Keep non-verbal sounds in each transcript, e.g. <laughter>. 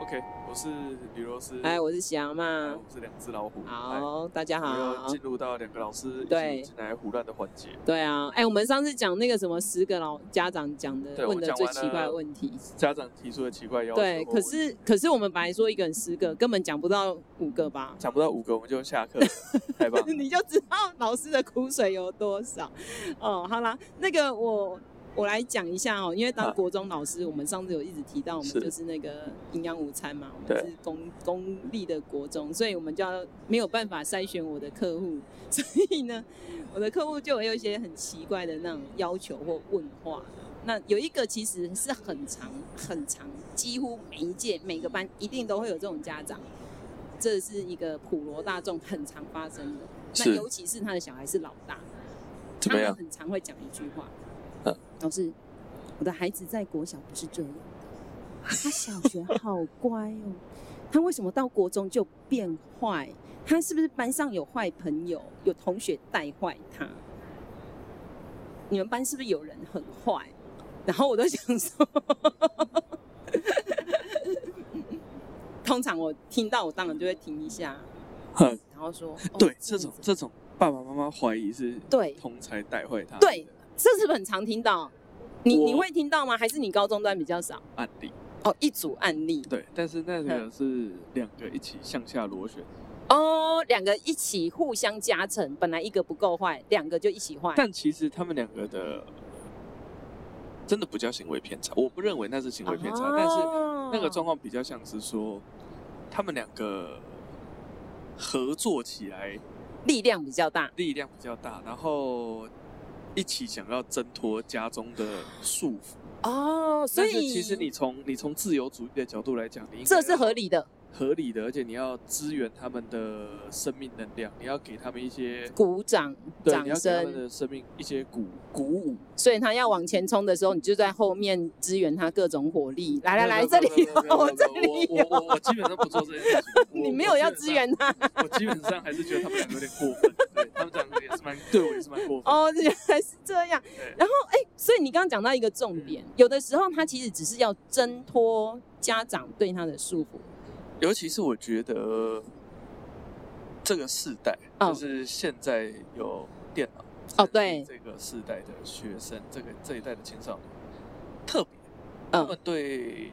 OK，我是李罗斯。哎，我是祥哎嘛我。们是两只老虎。哎，好，大家我们要好进。入到两个老师一起对进来胡乱的环节。对啊，哎，我们上次讲那个什么十个老家长讲对的我问的讲最完奇了怪的问题。家长提出的奇怪要求，对，我可是可是我们本来说一个人十个，根本讲不到五个吧？讲不到五个我们就下课了，太 <laughs> 棒了！ <laughs> 你就知道老师的苦水有多少。哦，好啦，那个我我来讲一下哦，因为啊当国中老师，我们上次有一直提到，我们是就是那个营养午餐嘛，我对们是公公立的国中，所以我们就要没有办法筛选我的客户， <laughs> 所以呢，我的客户就有一些很奇怪的那种要求或问话。那有一个其实是很长很长，几乎每一届每个班一定都会有这种家长，这是一个普罗大众很常发生的。那是尤其是他的小孩是老大，怎么他样们？很常会讲一句话，嗯老师，我的孩子在国小不是这样的，他小学好乖哦， <laughs> 他为什么到国中就变坏？他是不是班上有坏朋友，有同学带坏他？你们班是不是有人很坏？然后我都想说，通常我听到我当然就会停一下，哼然后说，哦嗯对，这这样种子这种爸爸妈妈怀疑是对同才带坏他对这是不是很常听到？你我你会听到吗？还是你高中段比较少？案例，哦，一组案例对，但是嗯那个是两个一起向下螺旋，哦，两个一起互相加成，本来一个不够坏，两个就一起坏。但其实他们两个的真的不叫行为偏差，我不认为那是行为偏差，但是那哦个状况比较像是说，他们两个合作起来力量比较大，力量比较大，然后一起想要挣脱家中的束缚。哦，所但以是其实你从你从自由主义的角度来讲，你应该这是要合理的合理的，而且你要支援他们的生命能量，你要给他们一些鼓掌对，你掌要给他们声，的生命一些鼓鼓舞。所以他要往前冲的时候，你就在后面支援他各种火力。来来没来，有这里没有没有没有有，没这有里我我有，。我我基本上不做这件事情你没有要支援。援他 <laughs> 我基本上还是觉得他们两个有点过分，对他们两个也是蛮对我也是蛮过分。哦， <laughs> 原来是这样。对嗯然后，哎、所以你刚刚讲到一个重点，有的时候他其实只是要挣脱家长对他的束缚。尤其是我觉得这个世代，嗯就是现在有电脑哦对这个世代的学生，这个这一代的青少年，特别他嗯们，对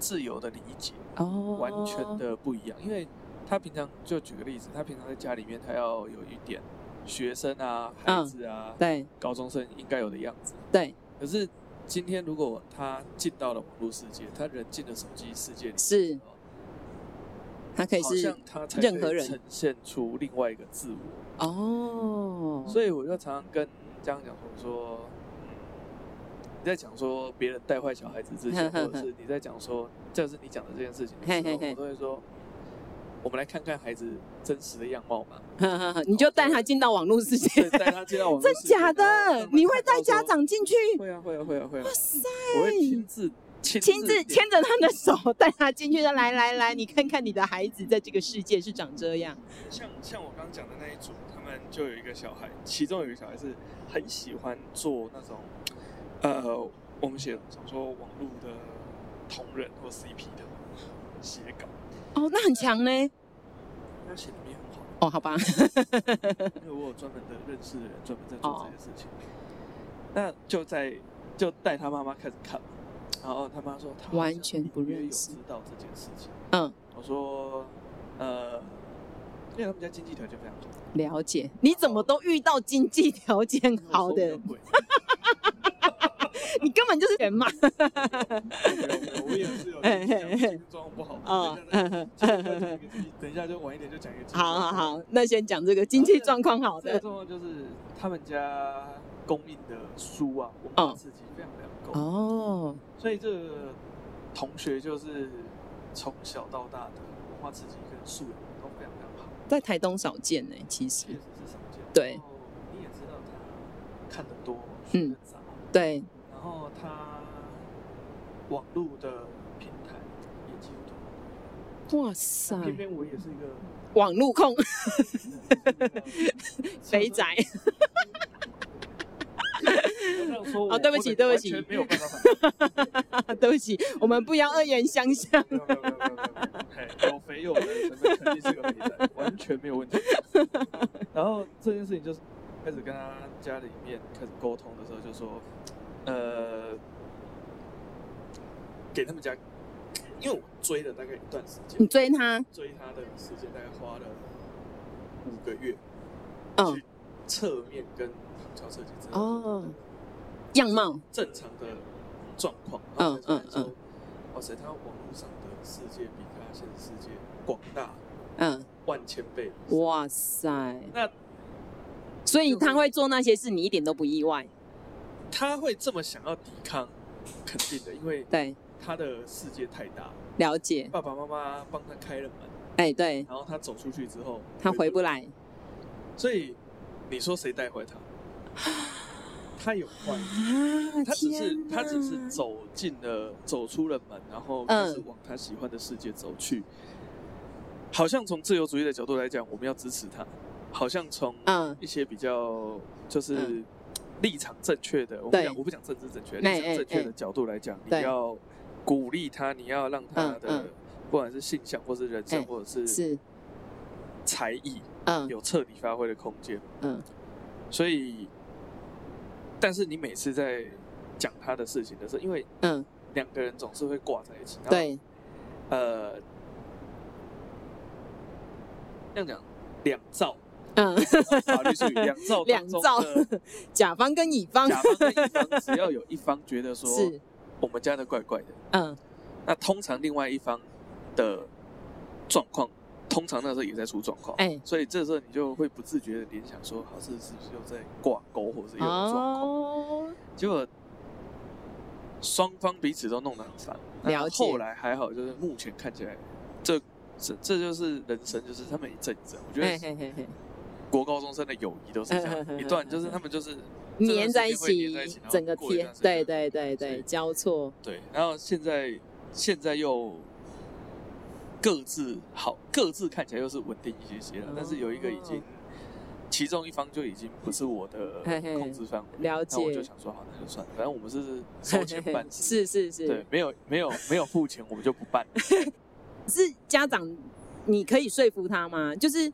自由的理解哦完全。的不一样，因为他平常就举个例子，他平常在家里面，他要有一点学生啊、孩嗯子啊、对高中生应该有的样子。对，可是今天如果他进到了网络世界，他人进了手机世界里，是，他可以好是像他才任何可以人呈现出另外一个自我。哦，所以我就常常跟家长讲说，说嗯你在讲说别人带坏小孩子之 <laughs> 前，哼或哼者哼是你在讲说这是你讲的这件事情的嘿时候，嘿嘿我都会说。我们来看看孩子真实的样貌 <laughs> 嘛，呵呵呵 <laughs> 你就带他进到网络世界，对，带他进到网络真世界假的？你会带家？长进去？然后让他看到说会啊，会啊，会啊，会啊！塞我会亲自亲亲自点牵着他的手带他进去，说来来来，你看看你的孩子在这个世界是长这样。像像我刚刚讲的那一组，他们就有一个小孩，其中有一个小孩是很喜欢做那种，呃，我们写想说网络的同人或 CP 的写稿，哦，那很强呢。他写的没很 <laughs> 好，哦，好吧，因为我有专门的认识的人专门在做这件事情。那就在就带他妈妈开始看，然后他妈说他好像完全不认识隐约有知道这件事情。嗯，我说，呃，因为他们家经济条件非常好。了解，你怎么都遇到经济条件好 <laughs> 因为的我收入比较，贵你根本就是人嘛。我也 <laughs> 是有点讲状况不好。哦，等一下就晚一点就讲一个。 <laughs> 嗯好好，好，那先讲这个经济状况好这个的。状况就是他们家供应的书啊，文化刺激非常非常够，嗯哦，所以这个同学就是从小到大的文化刺激跟素养都非常非常好，在台东少见呢、其实确。实是少见。对，嗯你也知道他看得多，学得早，对，然后他网络的平台也几乎都有。哇塞但，偏偏我也是一 <laughs> 个网路控 <laughs> 肥肥宅。这样说说我，哦对不起我对不完起全没有办法 <laughs> 反应。对不起，我们不要恶言相向。没有没有没有没有没有嘿有肥有人，真的肯定是个比赛，完全没有 <laughs> 问题。然后这件事情就是开始跟他家里面开始沟通的时候，就说，呃，给他们家，因为我追了大概一段时 <laughs> 你间，追他，追他的时间大概花了五个月，嗯，侧面跟旁敲侧击之后，哦，样貌，正常的状况。嗯然后他就嗯说嗯。哇塞，他网络上的世界比他现实世界广大嗯，万千倍。哇塞，那所以他会做那些事，你一点都不意外。他会这么想要抵抗，肯定的，因为对，他的世界太大了，了解。爸爸妈妈帮他开了门，哎，对然后他走出去之后，他回不来。来，所以你说谁带坏他？他有坏， <laughs> <laughs> 啊他只是天哪嗯他只是走进了走出了门，然后开始往他喜欢的世界走去。好像从自由主义的角度来讲，我们要支持他；好像从嗯，一些比较就是嗯立场正确的，我不对讲我不讲政治正确，立哎场正哎确哎的角度来讲，你对要鼓励他，你要让他嗯嗯的不管是性向，或是人生哎，或者是是，才艺，嗯有彻底发挥的空间。嗯，所以，但是你每次在讲他的事情的时候，因为嗯，两个人总是会挂在一起，然后，对，呃，这样讲，两 <laughs> 造，嗯，法律术语，两造两当中造 <laughs> 的甲方跟乙方甲方跟乙方，只要有一方觉得说是，我们家的怪怪的，嗯，那通常另外一方的状况，通常那时候也在出状况。哎，所以这时候你就会不自觉的联想说，好是是不是又在挂钩，或是又有状况？哦，结果双方彼此都弄得很烦。了那解后来还好，就是目前看起来，这这这就是人生，就是他们一阵一阵。我觉得嘿嘿嘿嘿，国高中生的友谊都是这 <laughs> 样，一段就是他们就是这段粘时在一间会粘在一起起，然后整个过一贴段，时对间对所对对，以交错，对。然后现在现在又。各自好，各自看起来又是稳定一些些了，但是有一个已经哦，其中一方就已经不是我的 <laughs> 嘿嘿控制范围，了那我就解，想说，好，那就算了，反正我们是收 <laughs> 钱办事，是是是对，，没有没有没有付钱，我们就不 <laughs> 办。是家长，你可以说服他吗？就是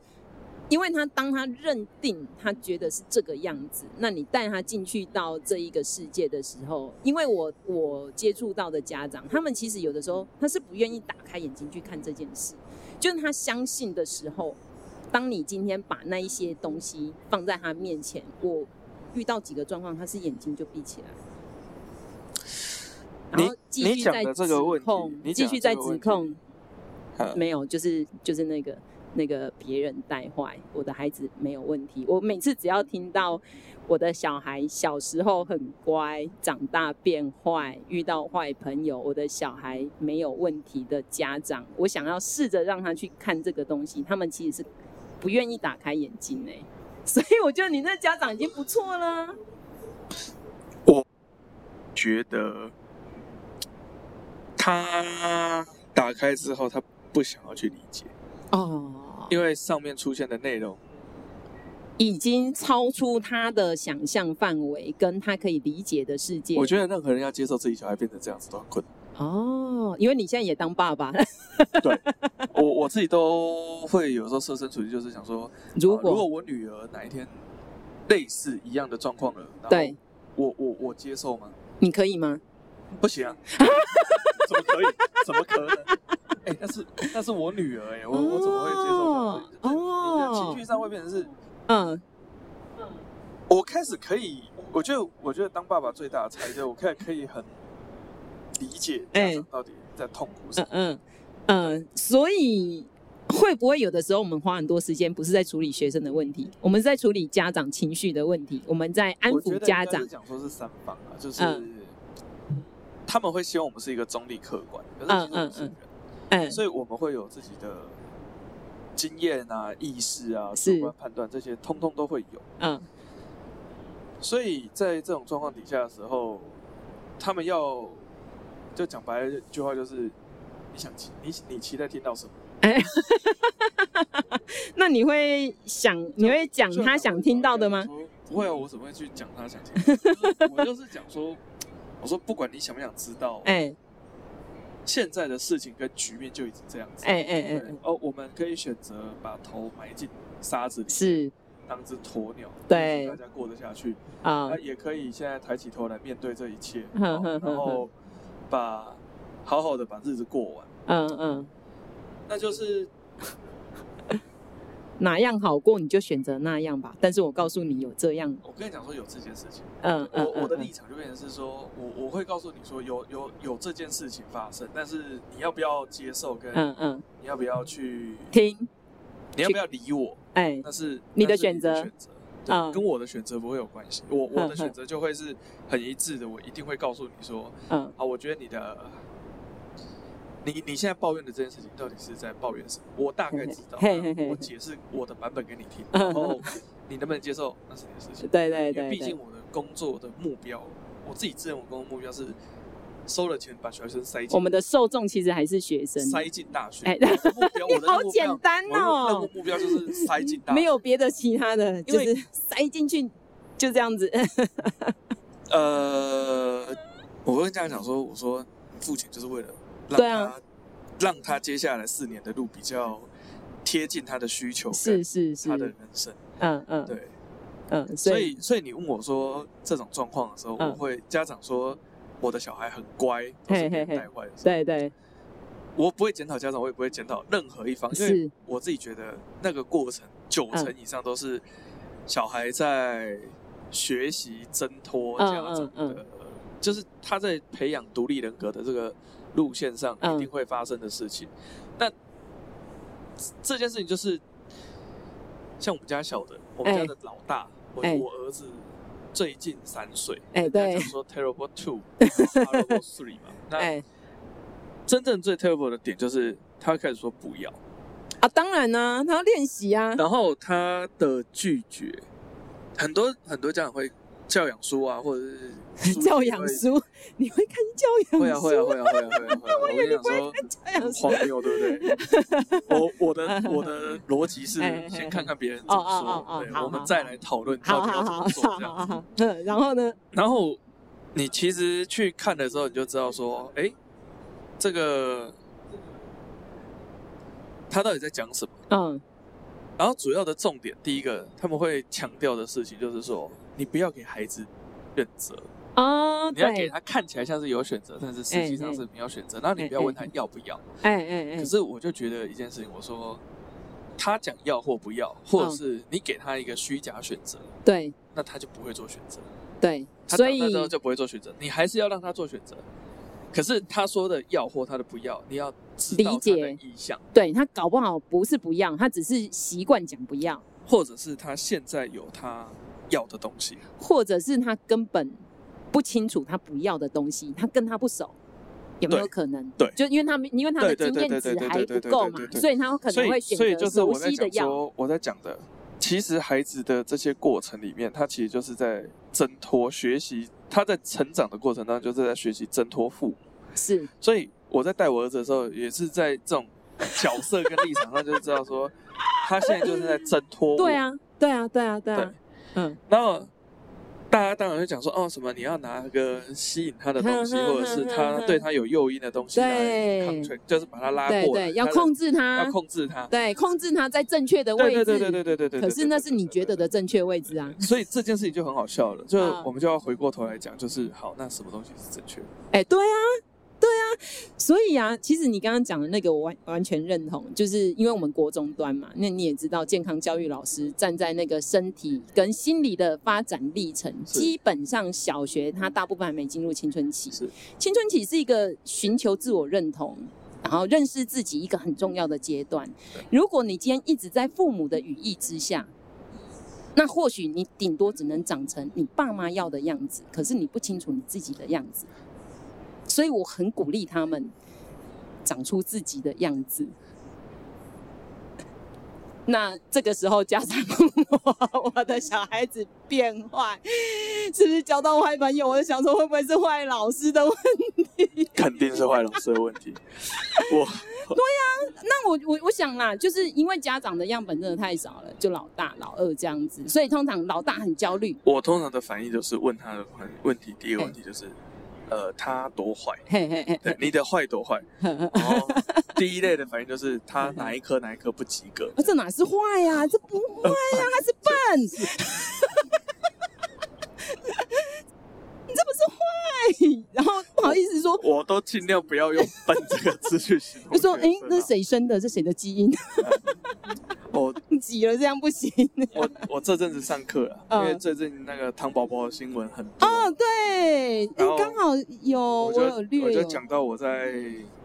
因为他当他认定他觉得是这个样子，那你带他进去到这一个世界的时候，因为我我接触到的家长，他们其实有的时候他是不愿意打开眼睛去看这件事，就是他相信的时候，当你今天把那一些东西放在他面前，我遇到几个状况，他是眼睛就闭起来。然后继你续讲在的这指个问题控，你继讲续的这在个指问题控，呃没有，就是就是那个那个别人带坏我的孩子没有问题。我每次只要听到我的小孩小时候很乖，长大变坏，遇到坏朋友，我的小孩没有问题的家长，我想要试着让他去看这个东西，他们其实是不愿意打开眼睛哎、 <laughs> 所以我觉得你那家长已经不错啊啦。觉得他打开之后，他不想要去理解，哦因为上面出现的内容，已经超出他的想象范围，跟他可以理解的世界。我觉得任何人要接受自己小孩变成这样子都很困难。哦，因为你现在也当爸爸，我我自己都会有时候设身处地，就是想说，如呃如果果我女儿哪一天类似一样的状况了，然后对我我我接受吗？你可以吗？不行、 <laughs> 啊，怎么可以？怎么可能？哎、那是那是我女儿哎、我、我怎么会接受这种哦事情？就是你的情绪上会变成是，嗯，我开始可以，我觉得我觉得当爸爸最大的差异就是我开始可以很理解家哎长到底在痛苦什嗯么。嗯嗯，所以会不会有的时候我们花很多时间，不是在处理学生的问题，我们是在处理家长情绪的问题，我们在安我觉抚得家应该长是。讲说是三方啊，就是、嗯他们会希望我们是一个中立客观，可是其实我们是人，嗯所以我们会有自己的经验啊、意识啊、是主观判断这些，通通都会有。嗯所以在这种状况底下的时候，他们要就讲白了一句话，就是你想期你你期待听到什么？那你会想，你会讲就他想听到的吗？就不会啊，我怎么会去讲他想听？ <laughs> 就是我就是讲说，我说不管你想不想知道，哎现在的事情跟局面就已经这样子。哎哎哎对哎，哦，我们可以选择把头埋进沙子里，是当只鸵鸟，对让大家过得下去。啊那，也可以现在抬起头来面对这一切，哼哦哼哼然后把好好的把日子过完。嗯嗯，那就是哪样好过你就选择那样吧。但是我告诉你有这样，我跟你讲说有这件事情，嗯嗯，我我的嗯立场就变成是说，我我会告诉你说有有有这件事情发生，但是你要不要接受，跟嗯嗯，你要不要去，听，你要不要理我，哎那是你的那是选择选择。对嗯跟我的选择不会有关系，我我嗯的嗯选择就会是很一致的，我一定会告诉你说，嗯啊，我觉得你的，你你现在抱怨的这件事情到底是在抱怨什么？我大概知道，嘿嘿嘿嘿我解释我的版本给你听，嗯然后你能不能接受那是你的事情。对对因为对毕对竟，我的工作的目标，我自己自认我工作目标是收了钱把学生塞进我们的受众其实还是学生，塞 <laughs> 进大学。哎我的目标，我 <laughs> 的好目标简单我的哦任务目标就是塞进大学。没有别的其他的，因就为是塞进去就这样 <laughs> 子。呃，我会这样讲说，我说父亲就是为了让对啊他让他接下来四年的路比较贴近他的需求，是是是他，的人生。嗯嗯对，嗯，所所以以所以你问我说这种状况的时候，嗯我会家长说我的小孩很乖，都是别嘿嘿人嘿带坏的时候。对对我不会检讨家长，我也不会检讨任何一方，因为是，我自己觉得那个过程九成以上都是小孩在学习挣脱嗯家长的，嗯嗯就是他在培养独立人格的这个路线上嗯一定会发生的事情。那这这件事情就是像我们家小的，我们哎家的老大，我哎我儿子最近三岁，哎对他讲说 terrible <laughs> two 然后 terrible three 嘛，那哎真正最 terrible 的点就是他开始说不要。啊，当然呢，他要练习 <laughs> 啊，然后他的拒绝，很多很多家长会教养书啊，或者是教养书，你会看教会养啊书？会啊会啊会啊会啊 <laughs> 会啊！我跟你讲说，教养书。黄牛对不对？我我的我的逻辑是 <laughs> 哎哎哎先看看别人怎么哦哦哦说，哦对，好我们好再好来讨论好到底要好怎好么做好这样好。好，嗯，然后呢？然后你其实去看的时候，你就知道说，哎，这个他到底在讲什么？嗯，然后主要的重点，第一个他们会强调的事情就是说，你不要给孩子选择，哦，你要给对，嗯他看起来像是有选择，但是实际上是没有选择。然后你不要问他要不要。哎哎哎可，是我就觉得一件事情，我说他讲要或不要，或者嗯是你给他一个虚假选择，对那他就不会做选择。对，他所长以大之后就不会做选择，你还是要让他做选择。可是他说的要或他的不要，你要知道理他解的意向，对他搞不好不是不要，他只是习惯讲不要，或者是他现在有他要的东西。或者是他根本不清楚他不要的东西，他跟他不熟，有没有对可能？对就因为他们因为他的对经对验对值对还对对不对够对嘛对，对所以他可所能以会选所以就择是熟我在悉的讲药。说，我在讲的，其实孩子的这些过程里面，他其实就是在挣脱学习，他在成长的过程当中，就是在学习挣脱父母。是，所以我在带我儿子的时候，也是在这种角色跟立场上，就是知道说，他现在就是在挣脱我。对，啊，对啊，对啊，对对啊，。嗯，然后大家当然会讲说，哦，什么你要拿个吸引他的东西，哼哼或者是哼他哼对他有诱因的东西来对 control，就是把他拉过来对，对，要他的控制要他，控制他。对，控制他在正确的位对置。对对对对对对对。可是那是你觉得的正确位置啊？所以这件事情就很好笑了，就啊我们就要回过头来讲，就是好，那什么东西是正确的？哎，对啊，对啊，所以啊，其实你刚刚讲的那个，我完完全认同，就是因为我们国中端嘛，那你也知道，健康教育老师站在那个身体跟心理的发展历程，是基本上小学他大部分还没进入青春期， <laughs> 是青春期是一个寻求自我认同。然后认识自己一个很重要的阶段。如果你今天一直在父母的羽翼之下，那或许你顶多只能长成你爸妈要的样子，可是你不清楚你自己的样子。所以我很鼓励他们长出自己的样子。 <laughs> 那这个时候，家长问我，我的小孩子变坏，是不是交到坏朋友？我就想说，会不会是坏老师的问题？肯定是坏老师的问题。我那我我我想啦，就是因为家长的样本真的太少了，就老大、老二这样子，所以通常老大很焦虑，我通常的反应就是问他的问问题，第一个问题就是，呃，他多坏？嘿嘿哎 <laughs> 啊嘿对，你的坏多 <laughs> 坏？呵呵。然后第一类的反应 <laughs> 就是他哪一科哪一科不及格啊，，这哪是坏呀、这不坏呀、他是笨。 <laughs> 你这不是坏，然后不好意思说， <laughs> 我都尽量不要用“笨”这个字去形容就学生说啊。哎，诶这是谁生的？这谁的基因？ <laughs> 我挤了这样不行。我 <laughs> 我这阵子上课了，因嗯为最近那个汤宝宝的新闻很多，哦，对，诶然后刚好有，我我就有略就有，讲到我在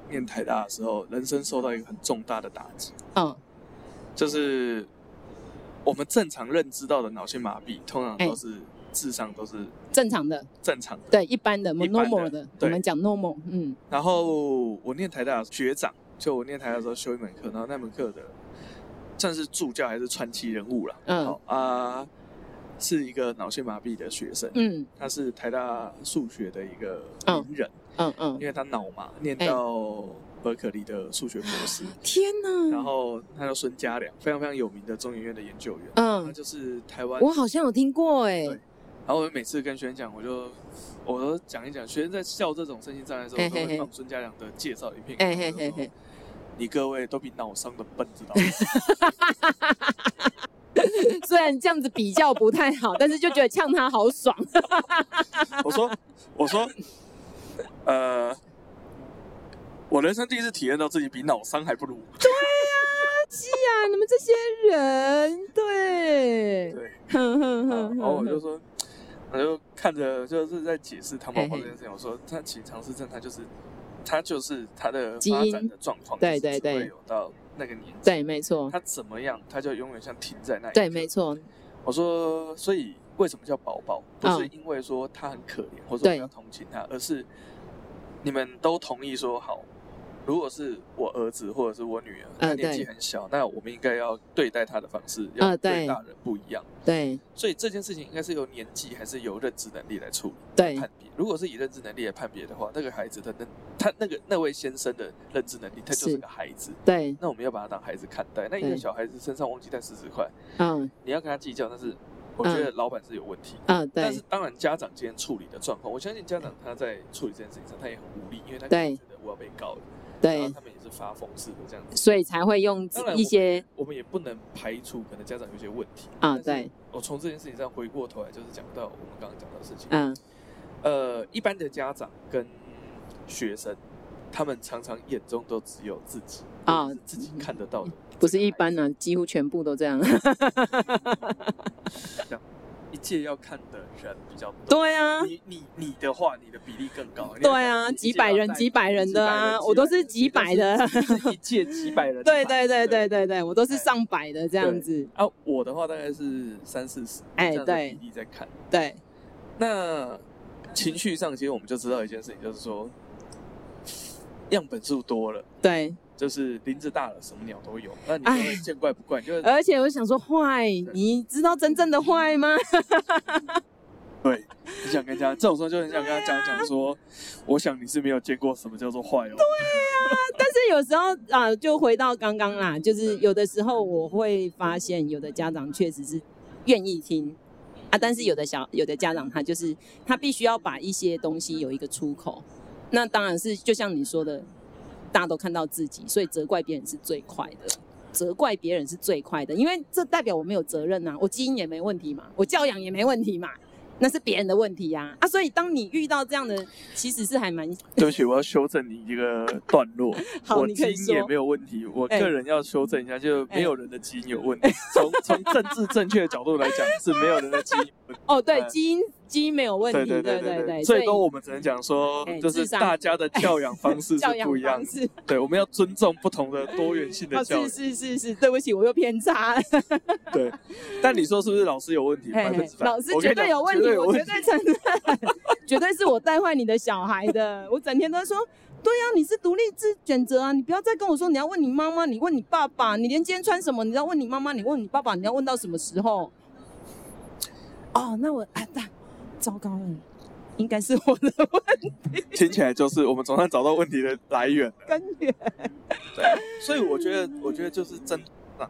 念台大的时候，人生受到一个很重大的打击，嗯，就是我们正常认知到的脑性麻痹，通常都是智商都是正常的，正常的。哎对，一般的一般的，normal 的，我对们讲 normal，嗯，然后我念台大的学长，就我念台大的时候修一门课，然后那门课的算是助教还是传奇人物了，嗯好啊，是一个脑性麻痹的学生，嗯他是台大数学的一个嗯哎名人，嗯嗯，因为他脑麻，念到伯克利的数学博士，天哪！然后他叫孙家良，非常非常有名的中研院的研究员，他嗯，就是台湾我好像有听过哎、对然后我每次跟学生讲，我就我都讲一讲，学生在笑这种身心障碍的时候，嘿我嘿都嘿会放孙家良的介绍影片。哎嘿嘿嘿，你各位都比脑伤的笨，知道吗？ <laughs> <laughs> 虽然这样子比较不太好，但是就觉得呛他好爽。 <laughs> 我说我说，呃，我人生第一次体验到自己比脑伤还不如。啊，你们这些人，对，对，哼哼啊哼然后我哼就哼，说，我就看着就是在解释唐宝宝嘿嘿这件事情，我说他其实唐氏症，他就是他就是他的基发因展的状况，对对对会有到那个年纪，对，没错，他怎么样，他就永远像停在那里。对，没错，我说，所以为什么叫宝宝？不是嗯因为说他很可怜，或者我对们要同情他，而是你们都同意说好。如果是我儿子或者是我女儿，他嗯年纪对很小，那我们应该要对待他的方式嗯要对对大人不一样。对所以这件事情应该是由年纪还是由认知能力来处理对判别。如果是以认知能力来判别的话，那个孩子的能，他那个那位先生的认知能力，他就是是个孩子。对，那我们要把他当孩子看待。那一个对小孩子身上忘记带四十块，嗯你要跟他计较，但是我觉得老板是有问题。嗯，但是对当然，家长今天处理的状况，我相信家长他在处理这件事情上，他也很无力，因为他可能对觉得我要被告了，然后对，他们也是发疯似的这样子。所以才会用当然我一些我们也不能排除可能家长有些问题但啊，。是对，我从这件事情上回过头来，就是讲到我们刚刚讲到的事情。嗯呃，一般的家长跟学生，他们常常眼中都只有自己啊或者是自己看得到的，不是一般啊，几乎全部都这样。 <laughs> 一届要看的人比较多。对啊，你你你的话，你的比例更高。你要对啊，看几百人几百人的啊，我都是几百的。你都是一届几百人。对对对对对。对对，我都是哎上百的这样子。啊，我的话大概是三四十，哎这样的对比例在看。对，那情绪上，其实我们就知道一件事情，就是说样本数多了。对，就是林子大了，什么鸟都有。那你就哎会见怪不怪，就是而且我想说坏，你知道真正的坏吗？对，很想跟家这种时候就很想跟他讲讲说，我想你是没有见过什么叫做坏哦。但是有时候啊、就回到刚刚啦，就是有的时候我会发现，有的家长确实是愿意听啊，但是有的小有的家长他就是他必须要把一些东西有一个出口，那当然是就像你说的，大家都看到自己，所以责怪别人是最快的。责怪别人是最快的，因为这代表我没有责任呐、我基因也没问题嘛，我教养也没问题嘛，那是别人的问题呀、啊。所以当你遇到这样的，其实是还蛮对不起，我要修正你一个段落。好，我你基可以因也说没有问题，我哎个人要修正一下，就没有人的基因有问题。从从政治正确的角度来讲，是没有人的基因有问题。哦，对，呃基因基因没有问题，对对对对，对，最多我们只能讲说哎，就是智商大家的教养方式是教养不一样方的。式，对，我们要尊重不同的多元性的 <laughs> 哦，教是养。是是是，对不起，我又偏差 <laughs> 了，对，但你说是不是老师有问题？嘿百分之百，老师我跟绝你讲对有问绝题，对有我问绝题。对承认，绝对是我带坏你的小孩的，我整天都说。对呀、你是独立自选择啊！你不要再跟我说你要问你妈妈，你问你爸爸，你连今天穿什么，你要问你妈妈，你问你爸爸，你要问到什么时候？哦，那我啊，那糟糕了，应该是我的 <laughs> 听起来就是我们总算找到问题的来源了。根源。对，所以我觉得，我觉得就是真的，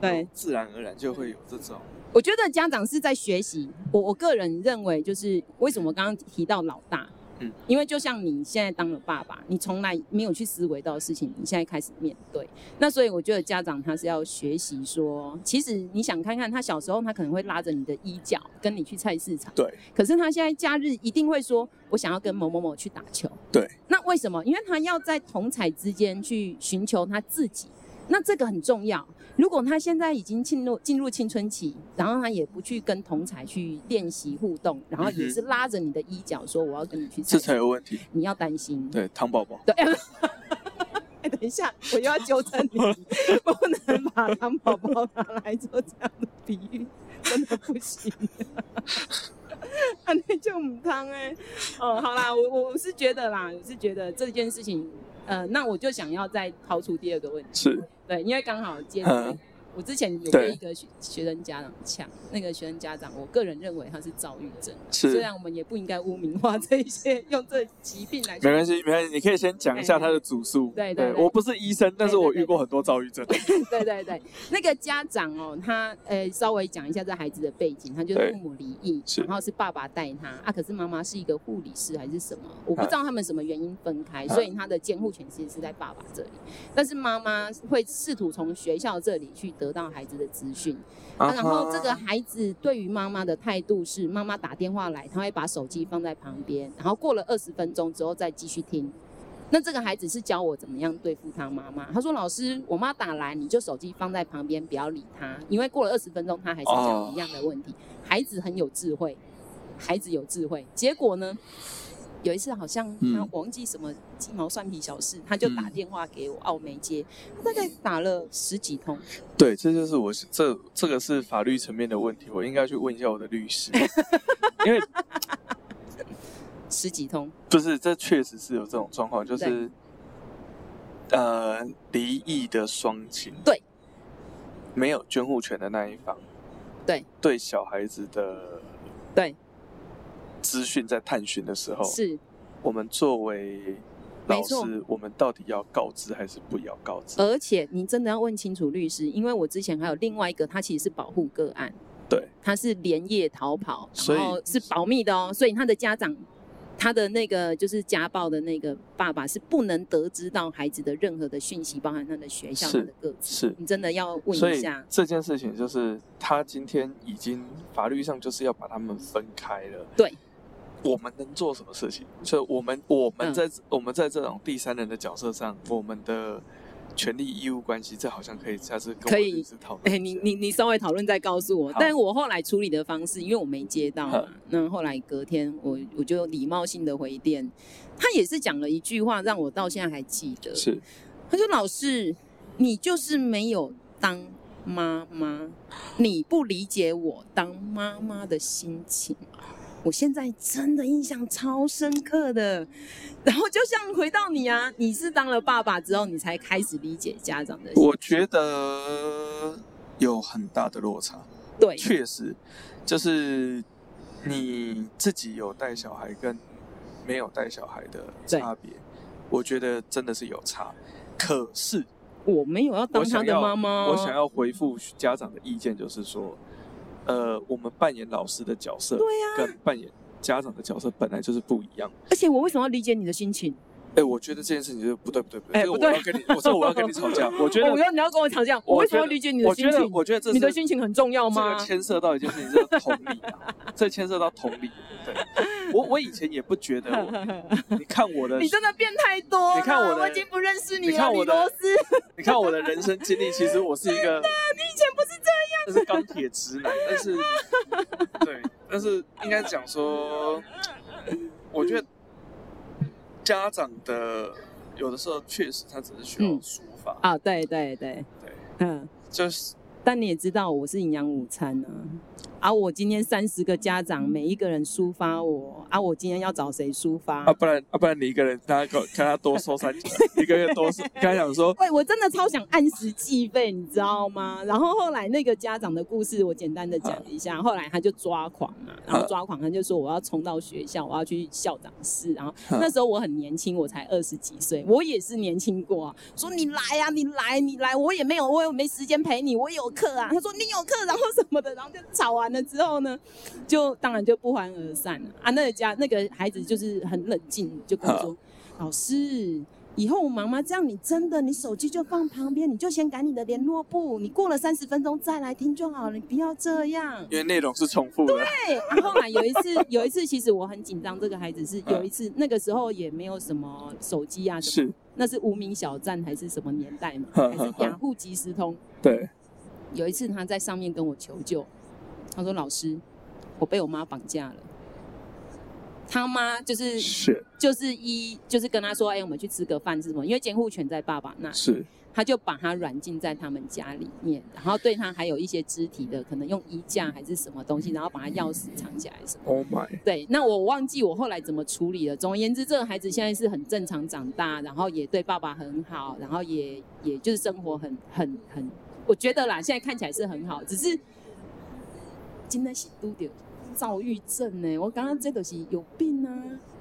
对，自然而然就会有这种，我觉得家长是在学习。我我个人认为，就是为什么我刚刚提到老大，嗯因为就像你现在当了爸爸，你从来没有去思维到的事情，你现在开始面对。那所以我觉得家长他是要学习说，其实你想看看他小时候，他可能会拉着你的衣角跟你去菜市场，对，可是他现在假日一定会说，我想要跟某某某去打球。对，那为什么？因为他要在同彩之间去寻求他自己，那这个很重要。如果他现在已经进入进入青春期，然后他也不去跟同彩去练习互动，然后也是拉着你的衣角说我要跟你去这菜才场，有问题。你要担心。对，糖宝宝，对。哎 <laughs> 等一下，我又要纠 <laughs> 正你，不能把糖宝宝拿来做这样的比喻，真的不行。 <laughs> 啊，那就母汤哎，哦，好啦，我我我是觉得啦，我是觉得这件事情，呃，那我就想要再抛出第二个问题，是对，因为刚好接着、嗯我之前有对被一个学学生家长呛，那个学生家长，我个人认为他是啊躁郁症，虽是，然我们也不应该污名化这一些，用这疾病来没关系，没关系，你可以先讲一下他的主诉。对对对我不是医生，但是我遇过很多躁郁症。对对对，那个家长哦，他呃稍微讲一下这孩子的背景，他就是对父母离异，是然后是爸爸带他啊，可是妈妈是一个护理师还是什么，我啊不知道他们什么原因分开，所以他的监护权其实是在爸爸这里，但是妈妈会试图从学校这里去得到孩子的资讯， <laughs> 啊、然后这个啊哈孩子对于妈妈的态度是，妈妈打电话来，他会把手机放在旁边，然后过了二十分钟之后再继续听。那这个孩子是教我怎么样对付他妈妈。他说：“老师，我妈打来，你就手机放在旁边，不要理她，因为过了二十分钟，她还是哦讲一样的问题。孩子很有智慧，孩子有智慧。结果呢，有一次好像他嗯忘记什么鸡毛蒜皮小事，他就打嗯电话给我，奥梅接，他大概打了十几通。 <laughs> 对，这就是我是这这个是法律层面的问题，我应该去问一下我的律师， <laughs> 因为十几通，不是这确实是有这种状况，就是呃离异的双亲，对，没有监护权的那一方，对，对小孩子的对资讯在探寻的时候，是我们作为没老错呃师，我们到底要告知还是不要告知？而且你真的要问清楚律师，因为我之前还有另外一个，他其实是保护个案，对，他是连夜逃跑，所以然后是保密的哦，所以他的家长，他的那个就是家暴的那个爸爸是不能得知到孩子的任何的讯息，包含他的学校、他是的个子，是，你真的要所问一以下，这件事情就是他今天已经法律上就是要把他们分开了。对，我们能做什么事情？就我们我嗯们在、我们在这种第三人的角色上，我们的权利义务关系，这好像可以下次跟可我以律师讨论一哎、下。你你你稍微讨论再告诉我，好但我后来处理的方式，因为我没接到嘛好，那后来隔天我我就礼貌性的回电，他也是讲了一句话，让我到现在还记得，是他说：“老师，你就是没有当妈妈，你不理解我当妈妈的心情。”我现在真的印象超深刻的，然后就像回到你啊，你是当了爸爸之后，你才开始理解家长的心。我觉得有很大的落差，对，确实就是你自己有带小孩跟没有带小孩的对差别，我觉得真的是有差。可是我没有要当我他想的要，妈妈，嗯我想要回复家长的意见，就是说，呃，我们扮演老师的角色，对呀、跟扮演家长的角色本来就是不一样。而且我为什么要理解你的心情？哎，我觉得这件事情就是不对，不对，不哎对，这个不对我要跟你，我说我要跟你吵 <laughs> 架。我觉哦得我，要你要跟我吵架，我我为什么觉要得理解你的我心觉得，情？我觉得这你的是心情很重要这吗个？牵涉到一件事情，就是同理 <laughs> 啊，这牵涉到同理。对，我我以前也不觉得我， <laughs> 你看我的，你真的变太多了，你看我的我已经不认识你你了，看李我的罗斯。 <laughs> 你看我的人生经历，其实我是一个，你以前不是这样，这是钢铁直男，但是，嗯对，但是应该讲说，我觉得家长的有的时候确实他只是需要嗯抒发，啊，对对对对，嗯，就是但你也知道我是营养午餐啊，啊，我今天三十个家长，每一个人抒发我啊，我今天要找谁抒发？啊，不然啊，不然你一个人，大家看他多收 <laughs> 三角，一个月多收。跟他讲说，喂，我真的超想按时计费，你知道吗？然后后来那个家长的故事，我简单的讲嗯一下。后来他就抓狂嘛，然后抓狂，他就说我要冲到学校，我要去校长室。然后嗯那时候我很年轻，我才二十几岁，我也是年轻过啊。说你来啊，你来，你来，我也没有，我也没时间陪你，我有课啊。他说你有课，然后什么的，然后就吵完了之后呢，就当然就不欢而散了啊。那个家那个孩子就是很冷静，就跟我嗯说：“老师，以后我妈妈这样，你真的你手机就放旁边，你就先改你的联络簿，你过了三十分钟再来听就好了，你不要这样。”因为内容是重复的，对，啊然后来有一次， <laughs> 有一次其实我很紧张，这个孩子是有一次那个时候也没有什么手机啊什么，是，那嗯是无名小站还是什么年代 <laughs> 嘛，呵还呵呵是雅虎即时通。对，有一次他在上面跟我求救，他说：“老师，我被我妈绑架了。”他妈就是是就是一就是跟他说：“哎、我们去吃个饭是什么？”因为监护权在爸爸那，是，他就把他软禁在他们家里面，然后对他还有一些肢体的，可能用衣架还是什么东西，然后把他钥匙藏起来什么。 Oh my，对，那我忘记我后来怎么处理了。总而言之，这个孩子现在是很正常长大，然后也对爸爸很好，然后也也就是生活很很很，我觉得啦，现在看起来是很好，只是真的是都丢躁郁症呢、我刚刚这个是有病啊，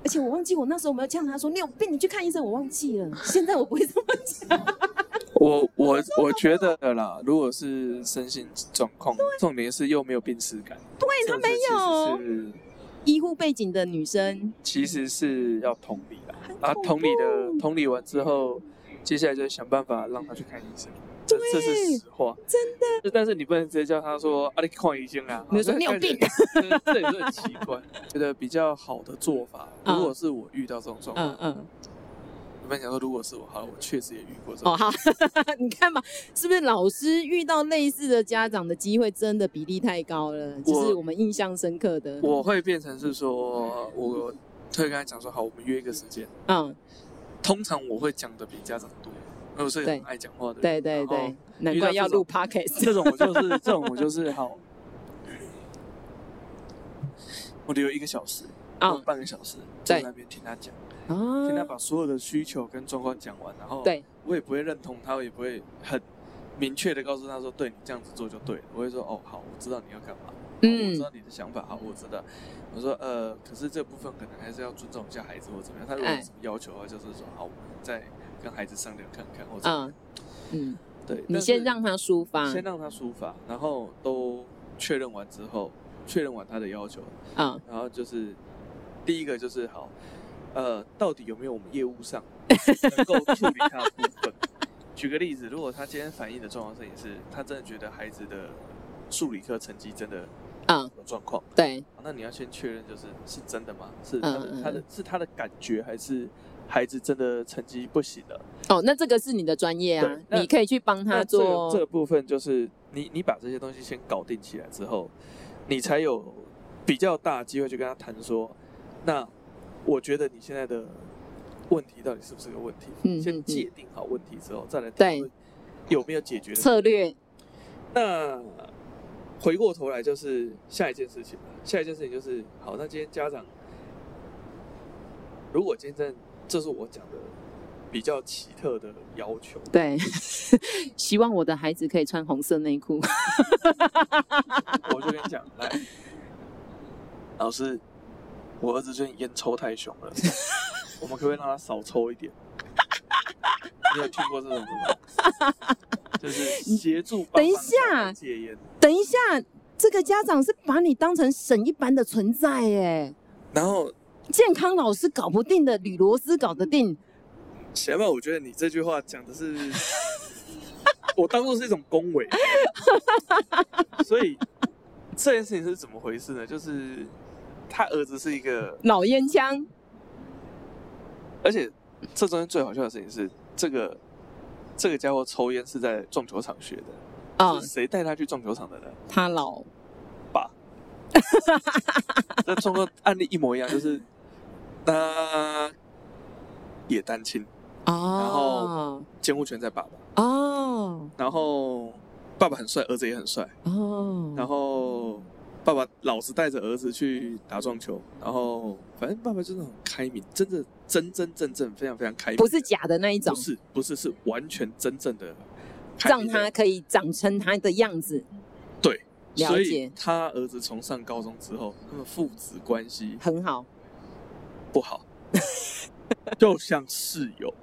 而且我忘记我那时候有没有呛他说你有病，你去看医生，我忘记了。现在我不会这么讲。我我我觉得的啦，如果是身心状况，重点是又没有病耻感，对他没有是医护背景的女生，其实是要同理啦，啊，恐同理怖的同理完之后，接下来就想办法让他去看医生，这这是实话，真的。但是你不能直接叫他说啊，你去看医生啊，你就说啊你有病，这感觉这这也是很奇 <laughs> 怪。觉得比较好的做法，嗯如果是我遇到这种状况，嗯嗯，你们想说，如果是我，好，我确实也遇过这种哦，好， <laughs> 你看吧，是不是老师遇到类似的家长的机会真的比例太高了？就是我们印象深刻的，我会变成是说，我会跟他讲说，好，我们约一个时间。嗯，通常我会讲的比家长多，因为我是一个对很爱讲话的人。对对然后对，难怪要录哦遇 <laughs> podcast，这种我就是这种我就是好，我留一个小时，啊或半个小时，在对那边听他讲，听他啊，把所有的需求跟状况讲完，然后对，我也不会认同他，我也不会很明确的告诉他说，对你这样子做就对了。我会说，哦，好，我知道你要干嘛，哦嗯我知道你的想法，好，我知道。我说，呃，可是这部分可能还是要尊重一下孩子或怎么样。他如果有哎什么要求的话，就是说，好，我们再跟孩子商量看看，或者、嗯嗯，对，你但是先让他抒发，先让他抒发，然后都确认完之后，确认完他的要求，嗯，然后就是第一个就是好，呃，到底有没有我们业务 <laughs> 上能够处理他的部分？举个例子，如果他今天反映的状况摄影是，他真的觉得孩子的数理科成绩真的嗯有状况，对，那你要先确认就是是真的吗？是嗯他的、嗯他的是他的感觉，还是孩子真的成绩不行了？哦，那这个是你的专业啊对，那你可以去帮那他这个这做个，部分就是你你把这些东西先搞定起来之后，你才有比较大的机会去跟他谈说，那我觉得你现在的问题到底是不是个问题？嗯嗯先嗯界定好问题之后，再来对讨论有没有解决的。策略，那回过头来就是下一件事情了，下一件事情就是，好，那今天家长，如果今天真的这是我讲的比较奇特的要求，对， <laughs> 希望我的孩子可以穿红色内裤，我就跟你讲，来，老师，我儿子最近烟抽太凶了，我们可不可以让他少抽一点？你有听过这种的吗？就是协助帮等一忙小孩下戒烟，等一下，这个家长是把你当成神一般的存在耶。 <laughs> 然后健康老师搞不定的，吕罗斯搞得定。前面我觉得你这句话讲的是，我当做是一种恭维，所以这件事情是怎么回事呢？就是他儿子是一个老烟枪，而且这中间最好笑的事情是，这个这个家伙抽烟是在撞球场学的，啊、是谁带他去撞球场的呢？他老，那中国案例一模一样，就是他也单亲，啊哦，监护权在爸爸，哦，然后爸爸很帅，儿子也很帅，哦，然后爸爸老是带着儿子去打撞球，然后反正爸爸就是很开明，真的真真正正非常非常开明的，不是假的那一种不，是不是是完全真正的开让明的他可以长成他的样子，对，了所以解他儿子从上高中之后，他们父子关系很好不 <laughs> 好，就像室友，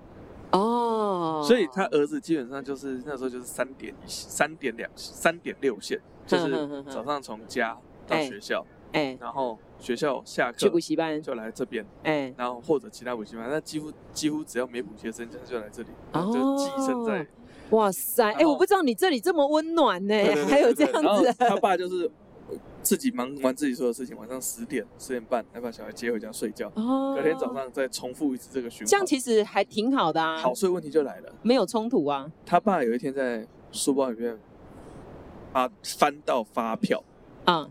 哦。所以他儿子基本上就是那时候就是三点一三点两三点六线，就哼哼是哼早上从家到哎学校，哎然后学校下去课补习班，就来这边，哎然后或者其他补习班，那几乎几乎只要没补习的生，他就来这里，然后就哦寄生在。哇塞，哎然后我不知道你这里这么温暖呢对对，对哎还有对这对样然后子他的，爸就是自己忙完自己所有事情，晚上十点十点半来把小孩接回家睡觉，哦隔天早上再重复一次这个循环。这样其实还挺好的啊，好，所以问题就来了，没有冲突啊，他爸有一天在书包里面啊翻到发票，啊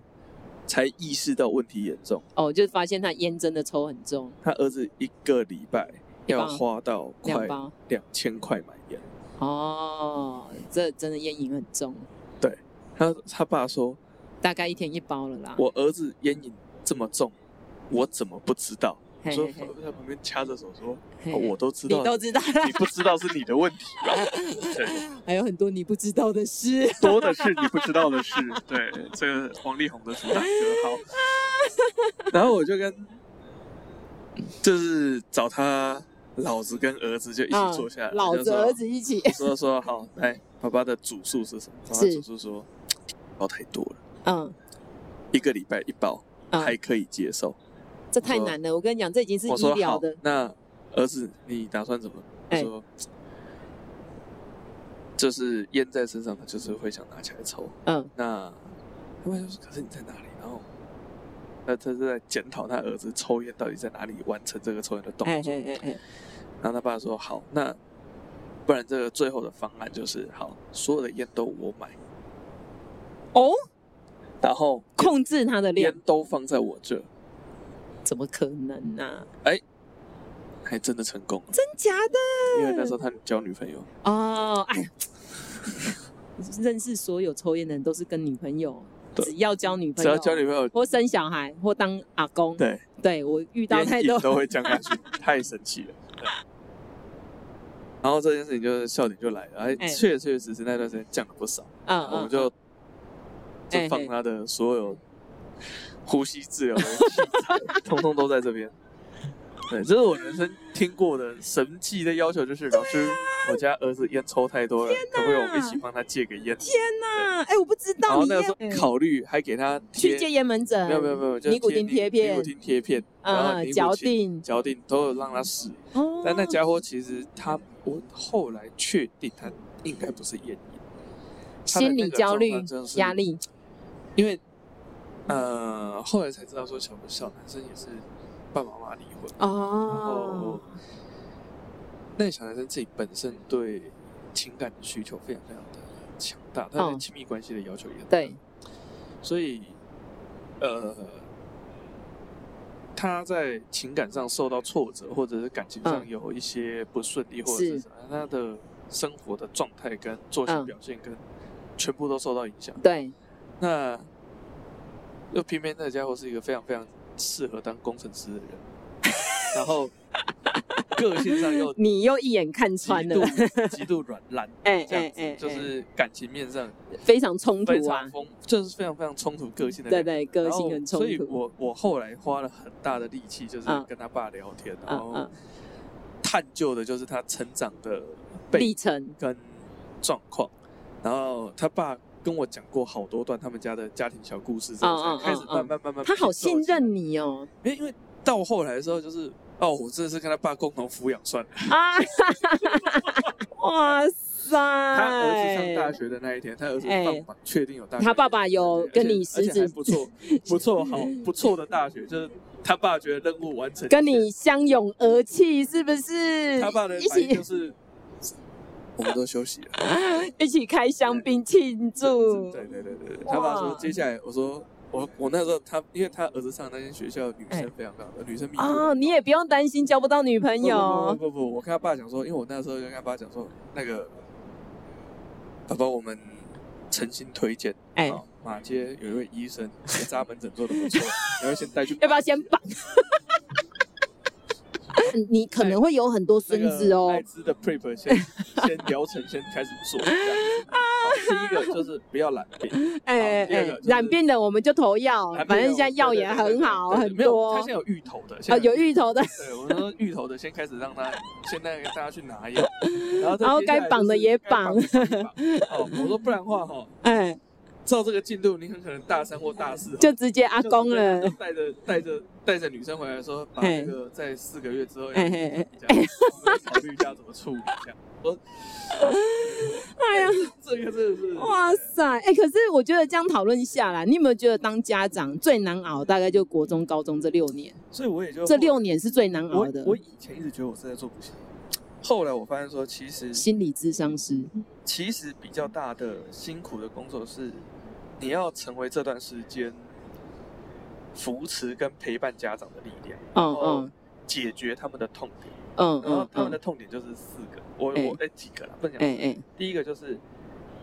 才意识到问题严重。哦，就发现他烟真的抽很重，他儿子一个礼拜要包花到两快包两千块买烟。哦，这真的烟瘾很重，他他爸说，大概一天一包了啦。我儿子烟瘾这么重，我怎么不知道？嘿说嘿嘿在旁边掐着手说，嘿哦我都知道，你都知道，你不知道是你的问题啊吧？对，还有很多你不知道的事。多的是你不知道的事。对，这个黄丽宏的主打歌好。 <laughs> 然后我就跟，就是找他老子跟儿子就一起坐下来，啊老就子说儿子一起，说说好，来，爸爸的主诉是什么？爸爸是主诉说，包太多了，嗯一个礼拜一包还嗯，可以接受。这太难了。我跟你讲，这已经是我医说疗好的，，那儿子你打算怎么？他哎说，就是烟在身上，他就是会想拿起来抽。嗯那他们就说：“可是你在哪里？”然后，那他是在检讨他儿子抽烟到底在哪里完成这个抽烟的动哎作。哎哎哎，然后他爸说：“好，那不然这个最后的方案就是，好，所有的烟都我买，哦，然后控制他的量烟，都放在我这。怎么可能呢？”还真的成功了，真假的？因为那时候他交女朋友，哦，哎呀， <laughs> 认识所有抽烟的人都是跟女朋友，对只要交女朋只友，要交女朋友，或生小孩，或当阿公，对，对我遇到太烟瘾多，都会降下去，太神奇了。对然后这件事情就是笑点就来了，哎，哎确确实实那段时间降了不少。嗯我们嗯，就哎就嘿放他的所有呼吸治疗的器材，通通都在这边。对，这是我人生听过的神奇的要求，就是老师，我家儿子烟抽太多了，可不可以我们一起帮他戒个烟？那哎，我不知然道后你那个时要候考虑还给他贴去戒烟门诊，没有没有没有，就尼古贴丁贴片尼古丁贴片，然后尼嗯，古脚丁定，脚定都有让他试，哦但那家伙其实他，我后来确定他应该不是烟瘾，他的心那理个焦状虑况真的、是压力，因为呃，后来才知道说小小男生也是爸爸妈妈离婚，然后哦，那个小男生自己本身对情感的需求非常非常的强大，他对嗯亲密关系的要求也很大对，所以呃，他在情感上受到挫折，或者是感情上嗯有一些不顺利，或者是是什么，他的生活的状态跟作息嗯表现跟全部都受到影响。对，那又偏偏那家伙是一个非常非常适合当工程师的人， <laughs> 然后个性上又你又一眼看 <laughs> 极穿度了， <laughs> 极度软 <laughs> 烂，哎 <laughs> 这样哎子哎，就哎是感情面上非常冲非突常啊，丰，就是非常非常冲突个性的对人。对，然个后性很冲所以突，我我后来花了很大的力气，就是嗯跟他爸聊天，然嗯后嗯，探究的就是他成长的背历程，跟状况。然后他爸跟我讲过好多段他们家的家庭小故事，之后嗯嗯才开始嗯慢嗯慢慢慢。他好信任，你 <laughs> 哦，因为因为到后来的时候就是。哦，我真的是跟他爸共同抚养算了。啊，哇塞，他儿子上大学的那一天，他儿子哎放榜，确定有大学。他爸爸有对跟你而且食而指且还不 <laughs> 错，不错，好不错的大学，就是他爸觉得任务完成。跟你相拥而泣，是不是？他爸的一反应就起是，我们都休息了。一起开香槟庆祝，对对对对对，哇他爸说接下来，我说我我那时候他，因为他儿子上那间学校女哎生非常非常多，女生密度哦，你也不用担心交不到女朋不不友，不不不，我跟他爸讲说，因为我那时候就跟他爸讲说，那个爸爸我们诚心推荐，哎啊马街有一位医生结扎门诊做的 <laughs> 不错，你会先带去要不要先绑？你可能会有很多孙子那个哦艾。滋的 prep 先先疗程先开始做，这 <laughs> 样啊子好第一个就是不要懒病，哎第二个哎就，是染病的我们就投药，懒病反正的现在药对对也对对很对好，对对很没有，多它现在有芋头的，现啊，在有芋头的， <laughs> 对，我们说芋头的先开始让他，先带大家去拿药，然后再然后接下来该绑的就是也该绑的先绑。哦，我说不然的话哈，哎，照这个进度，你很可能大三或大四就直接阿阿公了。带着带着带着女生回来说，把哎那个在四个月之后要哎这哎哎，样，我们考虑一下怎么处理这样。我 <laughs> 哎呀，这个真的是哇塞，哎，可是我觉得这样讨论下来，你有没有觉得当家长最难熬？大概就国中、高中这六年，所以我也就这六年是最难熬我的。我以前一直觉得我是在做补习，后来我发现说，其实心理咨商师，其实比较大的辛苦的工作是，你要成为这段时间扶持跟陪伴家长的力量，嗯哦嗯，解决他们的痛点。嗯哦然后嗯他们的嗯，痛点就是四个，我哎我哎几个啦，不能讲。哎哎，第一个就是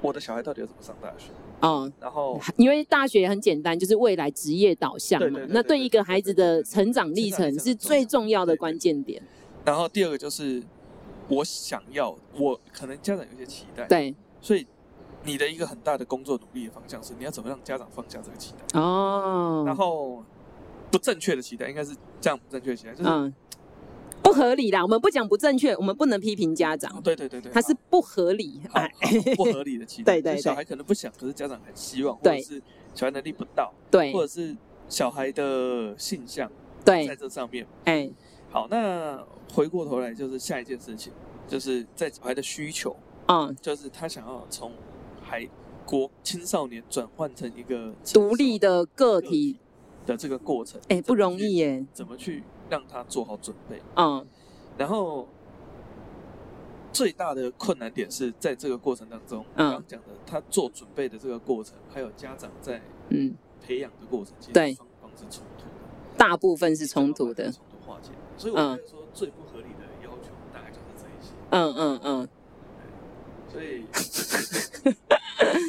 我的小孩到底要怎么上大学，哦，然后因为大学很简单，就是未来职业导向对嘛对对。那对对对一个孩子对对的对成长历成长历程程是最重要的关键点。然后第二个就是我想要，我可能家长有些期待，对，所以你的一个很大的工作努力的方向是你要怎么让家长放下这个期待。然哦，后不正确的期待应该是这样，不正确的期待就是、嗯，不合理啦。我们不讲不正确，我们不能批评家长，哦对对对对，啊他是不合理。好好哎，好不合理的期待， <laughs> 对对就是小对孩可能不想，可是家长很希望，或者对是小孩能力不到，对或者是小孩的性向在对，这上面。哎，好，那回过头来就是下一件事情，就是在小孩的需求，嗯，就是他想要从孩国青少年转换成一个成独立熟的个个体，的这个过程，哎，不容易耶，耶。怎么去让他做好准备？嗯，然后最大的困难点是在这个过程当中，嗯刚刚讲的他做准备的这个过程，还有家长在嗯培养的过程，其实对双方是冲突的，大部分是冲突的。冲突化解。所以我嗯觉得说最不合理的要求大概就是这一些，嗯嗯嗯所以奇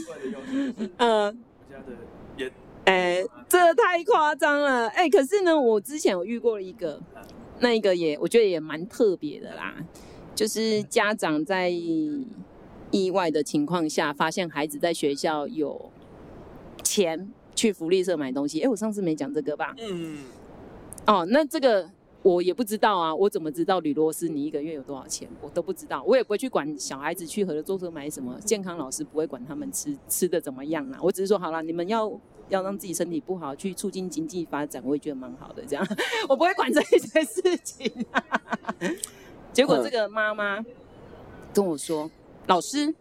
怪的要求就是 <laughs> 嗯，我家的烟，哎，这太夸张了。哎，可是呢，我之前有遇过一个，那一个也我觉得也蛮特别的啦，就是家长在意外的情况下发现孩子在学校有钱去福利社买东西。哎，我上次没讲这个吧？嗯，哦，那这个我也不知道啊，我怎么知道吕罗斯你一个月有多少钱？我都不知道，我也不会去管小孩子去合作社买什么，健康老师不会管他们吃吃的怎么样啊啦。我只是说好啦，你们要要让自己身体不好，去促进经济发展，我也觉得蛮好的。这样， <laughs> 我不会管这些事情、啊。结果这个妈妈跟我说：“老师，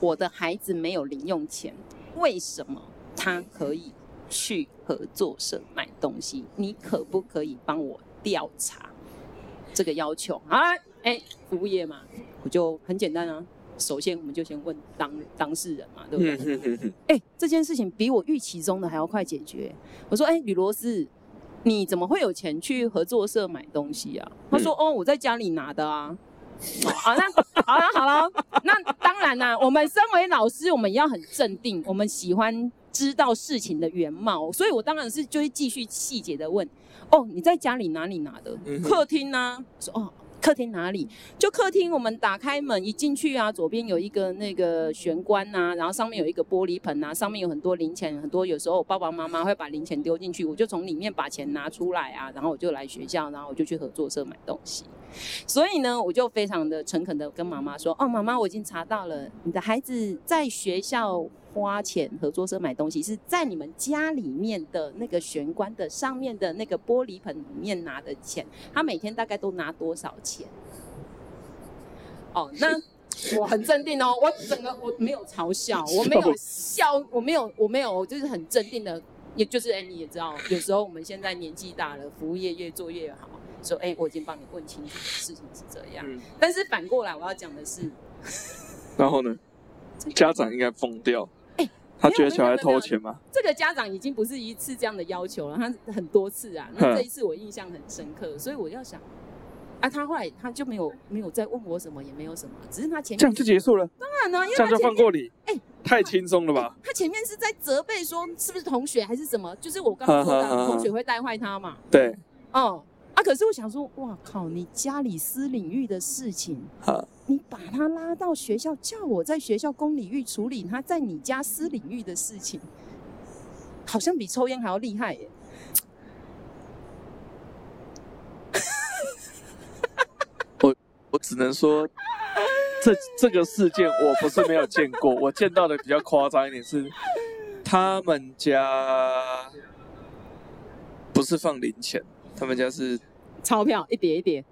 我的孩子没有零用钱，为什么他可以去合作社买东西？你可不可以帮我调查这个要求？啊，哎，服务业嘛，我就很简单啊。首先，我们就先问当当事人嘛，对不对？嗯哎、这件事情比我预期中的还要快解决。我说，哎、吕罗斯，你怎么会有钱去合作社买东西啊？他说，嗯哦，我在家里拿的啊。哦啊，那好了好了，那当然啦，我们身为老师，我们要很镇定，我们喜欢知道事情的原貌，所以我当然是就会继续细节的问，哦，你在家里哪里拿的嗯？哼客厅呢、说哦，客厅哪里？就客厅，我们打开门一进去啊，左边有一个那个玄关呐、然后上面有一个玻璃盆啊，上面有很多零钱，很多有时候我爸爸妈妈会把零钱丢进去，我就从里面把钱拿出来啊，然后我就来学校，然后我就去合作社买东西。所以呢，我就非常的诚恳的跟妈妈说，哦，妈妈，我已经查到了，你的孩子在学校花钱合作社买东西，是在你们家里面的那个玄关的上面的那个玻璃盆里面拿的钱，他每天大概都拿多少钱？哦，那我很镇定哦，我整个我没有嘲笑，我没有笑，我没有，我没有，我就是很镇定的，也就是哎、你也知道，有时候我们现在年纪大了，服务业越做越好，说哎、我已经帮你问清楚了事情是这样。嗯但是反过来，我要讲的是，然后呢，家长应该疯掉哎。他没觉得有没有小没孩有没偷有钱吗？这个家长已经不是一次这样的要求了，他很多次啊。那嗯这一次我印象很深刻，所以我要想，啊，他后来他就没有没有再问我什么，也没有什么，只是他前这样面就结束了，啊当然呢，因为这他样哎就前放过你。哎、太轻松了吧？他前面是在责备说是不是同学还是怎么，就是我刚刚说哈哈哈的啊哈同学会带坏他嘛。对，哦啊，可是我想说，哇靠，你家里私领域的事情，哈，你把他拉到学校，叫我在学校公领域处理他在你家私领域的事情，好像比抽烟还要厉害耶。我只能说，这这个事件我不是没有见过，我见到的比较夸张一点 <laughs> 是，他们家不是放零钱，他们家是钞票一叠一叠，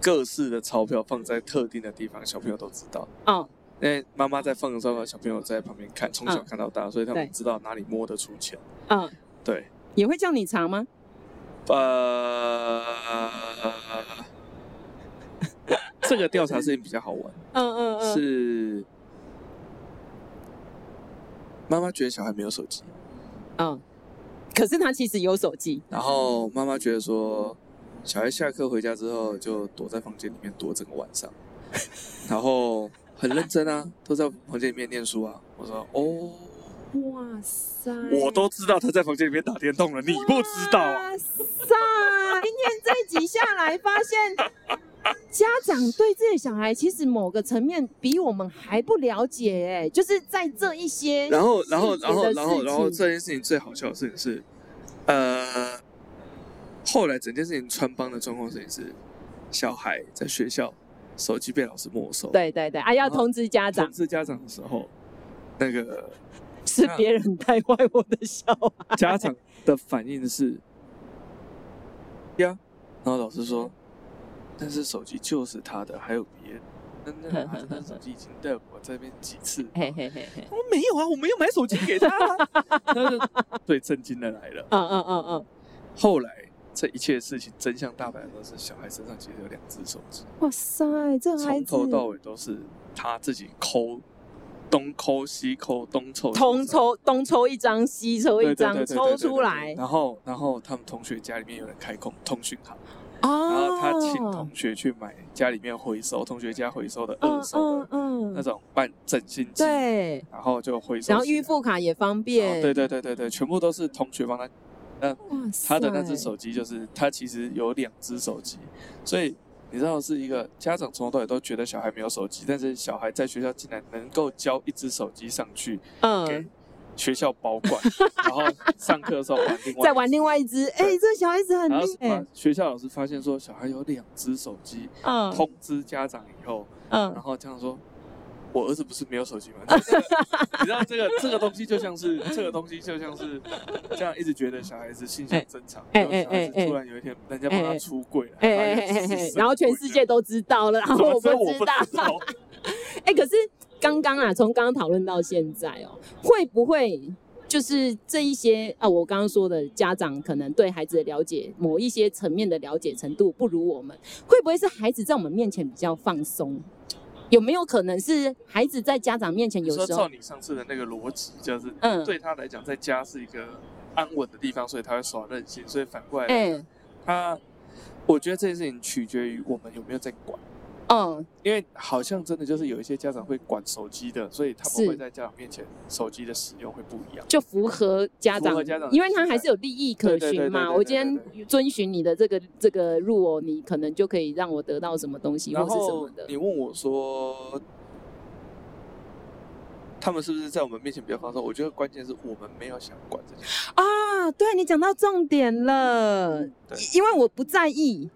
各式的钞票放在特定的地方，小朋友都知道。哦，因为妈妈在放的时候，小朋友在旁边看，从小嗯看到大，所以他们对知道哪里摸得出钱。嗯，对，也会叫你查吗？呃， <laughs> 这个调查事情比较好玩，嗯嗯嗯，是妈妈觉得小孩没有手机，嗯。可是他其实有手机，然后妈妈觉得说，小孩下课回家之后就躲在房间里面躲整个晚上， <laughs> 然后很认真啊，都在房间里面念书啊。我说哦，哇塞！我都知道他在房间里面打电动了，你不知道啊？哇塞！今天这一集下来，发现家长对自己的小孩其实某个层面比我们还不了解，哎，就是在这一些然后，然后，细节然后，的然后，事然后情这件事情最好笑的事情是，呃，后来整件事情穿帮的状况事情是，小孩在学校手机被老师没收，对对对，啊，要通知家长通知家长的时候，那个 <laughs> 是别人带坏我的小孩，家长的反应是，呀，然后老师说，但是手机就是他的，还有别人，那那他的手机已经带我这边几 <laughs> 次，哎嘿嘿嘿嘿，我没有啊，我没有买手机给他、啊， <laughs> 他就最震惊的来了。嗯嗯嗯嗯，后来这一切事情真相大白的都是小孩身上其实有两只手机，哇塞，这孩从子头到尾都是他自己抠，东抠西抠，东凑西同抽东抽一张，西抽一对对张，对对抽对对出对来然后然后他们同学家里面有人开空通讯行，然后哦他请同学去买家里面回收同学家回收的二嗯手嗯的那嗯，种半整新机，对，然后就回收起来，然后预付卡也方然后便，啊哦对对对对对，全部都是同学帮他哇塞，他的那只手机就是他其实有两只手机，所以你知道是一个家长从头到尾都觉得小孩没有手机，但是小孩在学校竟然能够交一只手机上去给嗯，学校保 <laughs> 管，然后上课的时候玩另外再玩另外一只，哎、这小孩子很然后厉害、把学校老师发现说小孩有两只手机，嗯通知家长以后，然嗯，后家长说。我儿子不是没有手机吗？ <laughs> 就这个你知道这个这个东西就像是这个东西就像是这样一直觉得小孩子性向正常，哎然后小孩哎哎子突然有一天人家帮他出柜了，哎哎哎哎哎，然后全世界都知道了，然怎后么我这不知道。 <laughs> 知道，哎、可是刚刚啊，从刚刚讨论到现在哦，会不会就是这一些啊，我刚刚说的家长可能对孩子的了解，某一些层面的了解程度不如我们，会不会是孩子在我们面前比较放松？有没有可能是孩子在家长面前你有说时候照你上次的那个逻辑，就是嗯对他来讲，在家是一个安稳的地方，所以他会耍任性，所以反过来哎、他，我觉得这件事情取决于我们有没有在管。嗯因为好像真的就是有一些家长会管手机的，所以他是们会在家长面前手机的使用会不一样。就符合家符合长，家长的因为他期待还是有利益可对对对循对嘛。对我对今天遵循你的这个这个入哦，你可能就可以让我得到什么东西或然是什么后的。你问我说，他们是不是在我们面前比较放松？我觉得关键是我们没有想管这件事。啊，对你讲到重点了，嗯对因为我不在意，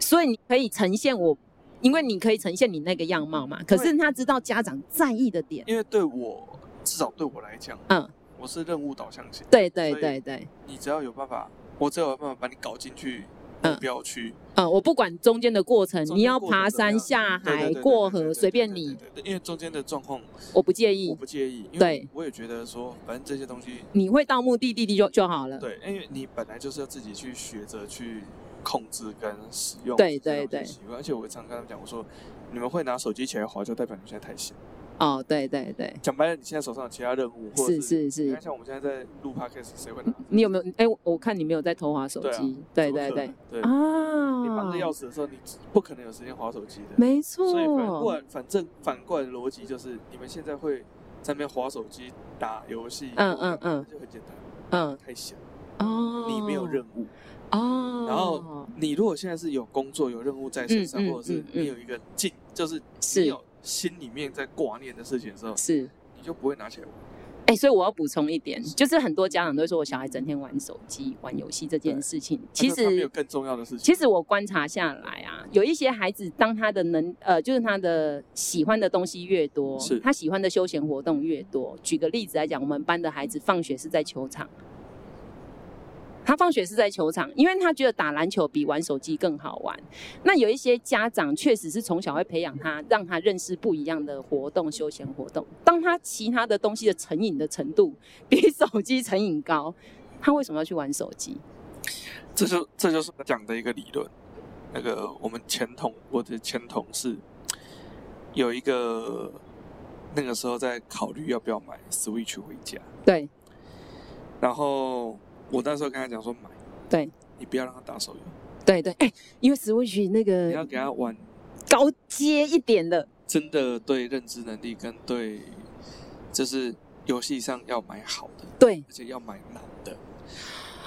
所以你可以呈现我，因为你可以呈现你那个样貌嘛。可是他知道家长在意的点，因为对我，至少对我来讲，嗯，我是任务导向型。对对所以对对，你只要有办法，我只要有办法把你搞进去嗯目标区，嗯，我不管中间的过程，中间你要过程爬怎么山样下对对对海对对过对对河，对随对便对你，对对因为中间的状况我不介我意，不介意，因对为我也觉得说，反正这些东西，你会到目的地地就就好了。对，因为你本来就是要自己去学着去控制跟使用对这些对东对西习惯，而且我常跟他们讲，我说你们会拿手机起来滑，就代表你们现在太闲。哦，对对对，讲白了，你现在手上有其他任务，或者是是你是看，像我们现在在录 podcast，谁会拿？你有没有？哎、我我看你没有在偷滑手对啊机，对怎么对可能对，对，啊，你忙着钥匙的时候，你不可能有时间滑手机的。没所以反错过，来，反正反过来的逻辑就是，你们现在会在那边划手机、打游戏，嗯嗯嗯就很简单，嗯太闲了，哦，你没有任务。哦，然后你如果现在是有工作、有任务在身上，嗯嗯或者是嗯嗯你有一个劲，就是是你有心里面在挂念的事情的时候，是。你就不会拿起来玩。哎、所以我要补充一点，就是很多家长都会说我小孩整天玩手机、玩游戏这件事情，其他说他没有实更重要的事情。其实我观察下来啊，有一些孩子，当他的能呃，就是他的喜欢的东西越多，是他喜欢的休闲活动越多。举个例子来讲，我们班的孩子放学是在球场，他放学是在球场，因为他觉得打篮球比玩手机更好玩。那有一些家长确实是从小会培养他，让他认识不一样的活动、休闲活动。当他其他的东西的成瘾的程度比手机成瘾高，他为什么要去玩手机？这就这就是我讲的一个理论。那个我们前同我的前同事有一个那个时候在考虑要不要买 Switch 回家，对，然后我那时候跟他讲说买，对，你不要让他打手游，对对，哎、因为 Switch 那你要个给他玩高阶一点的，真的对认知能力跟对就是游戏上要买好的，对，而且要买难的，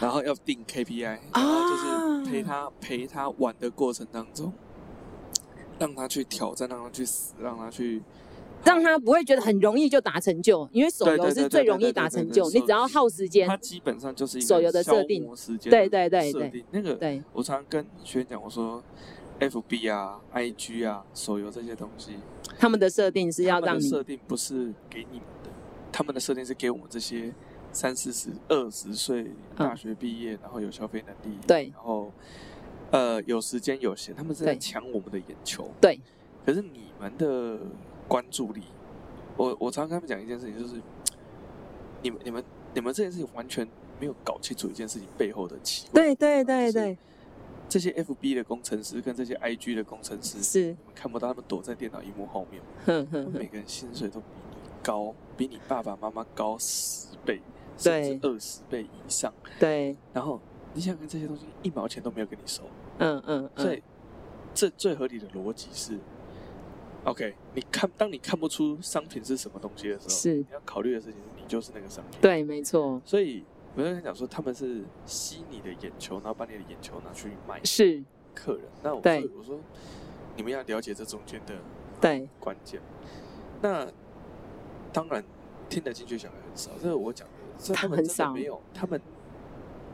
然后要定 KPI，然啊后就是陪他、陪他玩的过程当中，让他去挑战，让他去死，让他去让他不会觉得很容易就达成就，因为手对对游对是对最对容对易对达成对就，你手只要耗时间他。基本上就是一个手游的消设定磨时间对对对设对定那个对，我常跟学员讲，我说 FB 啊、IG 啊、手游这些东西，他们的设定是要他们让的你设定不是给你们的，他们的设定是给我们这些三四十、二十岁大学毕业，然后有消费能力，嗯对然后呃有时间有闲，他们是在对抢我们的眼球。对，可是你们的关注力，我我常常跟他们讲一件事情，就是你们你们你们这件事情完全没有搞清楚一件事情背后的奇对怪。对对就是对，这些 FB 的工程师跟这些 IG 的工程师，是，你们看不到他们躲在电脑荧幕后面。哼哼哼，每个人薪水都比你高，比你爸爸妈妈高十倍，甚至二十倍以上。对，然后你想想看，这些东西一毛钱都没有给你收，嗯嗯所嗯，以这最合理的逻辑是，OK，你看，当你看不出商品是什么东西的时候，是你要考虑的事情是你就是那个商品。，对，没错，所以我就跟你讲说，他们是吸你的眼球，然后把你的眼球拿去卖是，客人。那我对说，我说你们要了解这中间的对，关键。那当然听得进去小孩很少，这是我讲的，所以他他们很真的少没有，他们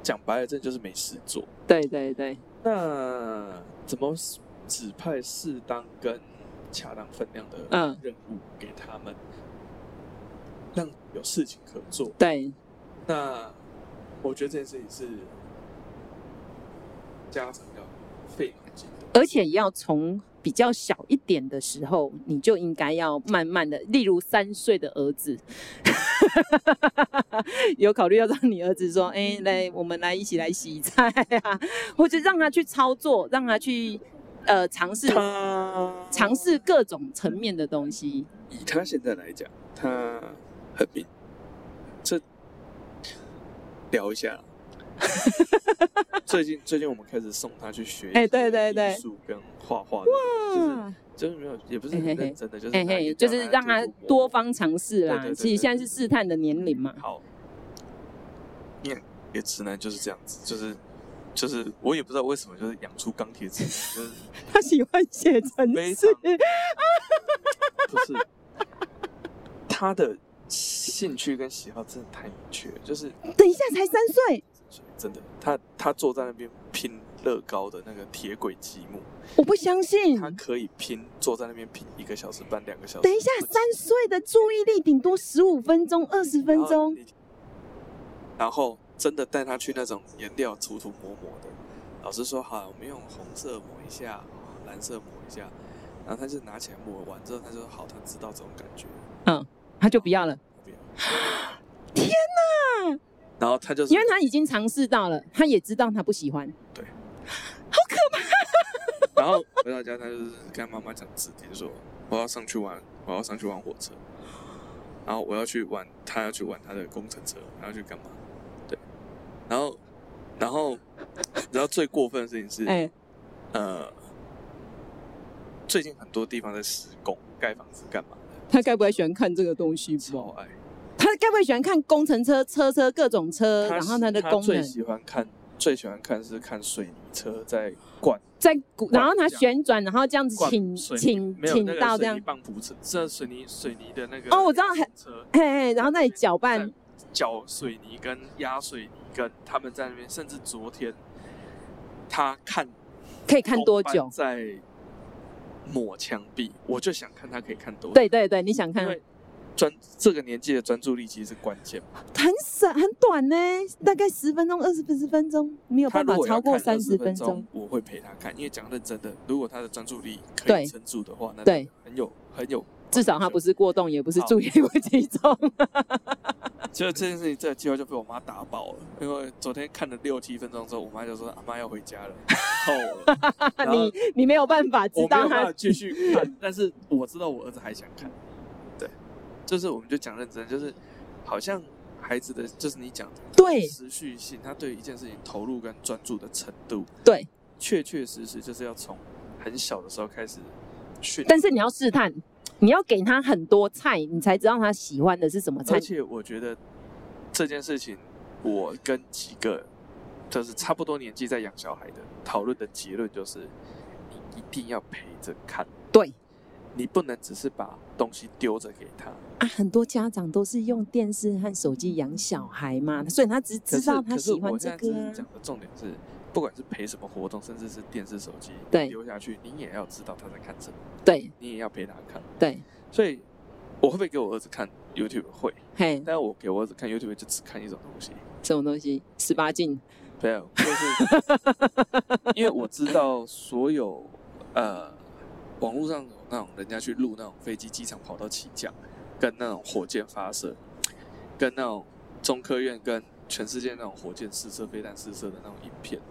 讲白了，这就是没事做。对对对，那怎么指派适当跟恰当分量的嗯任务给他们，让有事情可做？对，那我觉得这件事情是家长要费脑筋的。而且要从比较小一点的时候，你就应该要慢慢的，例如三岁的儿子， <laughs> 有考虑要让你儿子说，哎、来，我们来一起来洗菜啊， <laughs> 或者让他去操作，让他去呃尝试他尝试各种层面的东西。以他现在来讲，他很明，这聊一下。最近最近我们开始送他去学，哎对对对艺术跟画画的，就是就是没有，也不是很认真的，就是嘿拿一个嘿，就是让他多方尝试对啦对。对其实现在是试探的年龄 <laughs> 嘛。好。也也直男就是这样子，就是就是我也不知道为什么，就是养出钢铁直男，就是他喜欢写程非式常，不 <laughs> 是他的兴趣跟喜好真的太明确了，就是等一下才三岁，真的，他他坐在那边拼乐高的那个铁轨积木，我不相信。他可以拼，坐在那边拼一个小时半、两个小时。嗯等一下，三岁的注意力顶多十五分钟、二十分然后钟，你。然后真的带他去那种颜料涂涂抹抹的，老师说好，我们用红色抹一下，蓝色抹一下，然后他就拿起来抹完之后，他就说好，他知道这种感觉，他就不要了，不要。天哪！然后他就是因为他已经尝试到了，他也知道他不喜欢。然后回到家，他就是跟他妈妈讲指定说，我要上去玩，我要上去玩火车，然后我要去玩，他要去玩他的工程车，然后去干嘛？对，然后，然后，然后最过分的事情是，哎、呃，最近很多地方在施工、盖房子干嘛的，他该不会喜欢看这个东西吧？超爱。他该不会喜欢看工程车、车车各种车，呃然后他它的功最能喜欢看，最喜欢看是看水泥车在灌在鼓，灌然后它浆旋转，然后这样子灌请水泥请没有请那个到这水泥样，棒扶车，这水泥水泥的那个哦我知道压车嘿嘿，然后那里搅拌在，搅水泥跟压水泥跟他们在那边，甚至昨天他看可以看多同久伴？在抹墙壁，我就想看他可以看多久，对对对，你想看因？为专这个年纪的专注力其实是关键。很省很短呢，大概十分钟、二十分钟，没有他办如果法要超过看三十20分分钟。，我会陪他看，因为讲认真的，如果他的专注力可对以撑住的话，那对，很有很有。至少它不是过动，也不是好注意力不集中。就这件事情，这个计划就被我妈打爆了。因为昨天看了六七分钟之后，我妈就说：“阿妈要回家了。”哦， <laughs> 然后啊你你没有办法知我没道有办法它，继续 <laughs> 看，但是我知道我儿子还想看。对，就是我们就讲认真，就是好像孩子的，就是你讲的对持续性，他对一件事情投入跟专注的程度，对，确确实实就是要从很小的时候开始训。但是你要试探，你要给他很多菜，你才知道他喜欢的是什么菜而。且我觉得这件事情，我跟几个就是差不多年纪在养小孩的讨论的结论就是，你一定要陪着看，对你不能只是把东西丢着给他。啊，很多家长都是用电视和手机养小孩嘛，所以他只可知是道他可是喜我欢现这在个只啊是。讲的重点是，不管是陪什么活动，甚至是电视、手机对丢下去，你也要知道他在看什么，对你也要陪他看。对，所以我会不会给我儿子看 YouTube 会，嘿，但我给我儿子看 YouTube 就只看一种东西，什么东西？十八禁，没有，啊就是 <laughs> 因为我知道所有呃网络上有那种人家去录那种飞机机场跑道起降，跟那种火箭发射，跟那种中科院跟全世界那种火箭试射、飞弹试射的那种影片，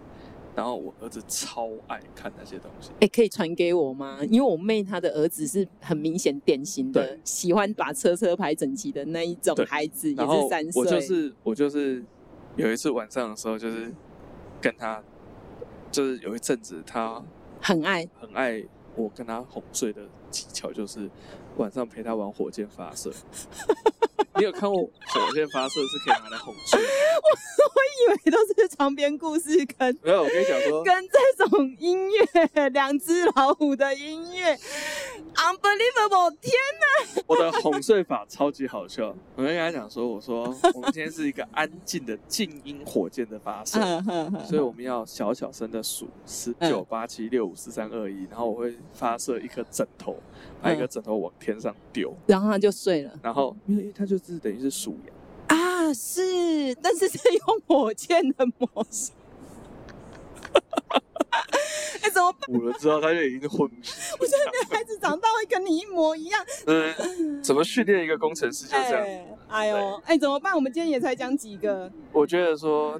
然后我儿子超爱看那些东西。哎、可以传给我吗？因为我妹她的儿子是很明显典型的对喜欢把车车排整齐的那一种对孩子，也然后是三岁。我就是我就是有一次晚上的时候，就是跟他，就是有一阵子他很爱很爱我跟他哄睡的技巧，就是晚上陪他玩火箭发 <laughs> 射。你有看过火箭发射是可以拿来哄睡 <laughs> 的？以为都是长篇故事跟没有，我跟你讲说，跟这种音乐，两只老虎的音乐，unbelievable！天，我的哄睡法超级好笑。我就跟他讲说，我说我们今天是一个安静的静音火箭的发射。嗯哼哼所以我们要小小声的数十九八七六五四三二一，然后我会发射一颗枕头，把一个枕头往天上丢，然后他就睡了然后嗯因为他就是等于是数羊，啊，是，但是是用火箭的模式。 <laughs> 哎、怎么办？数了之后他就已经昏迷。我觉得你孩子长大会跟你一模一样。嗯，怎么训练一个工程师就是这样？哎，哎呦，哎，怎么办？我们今天也才讲几个，我觉得说，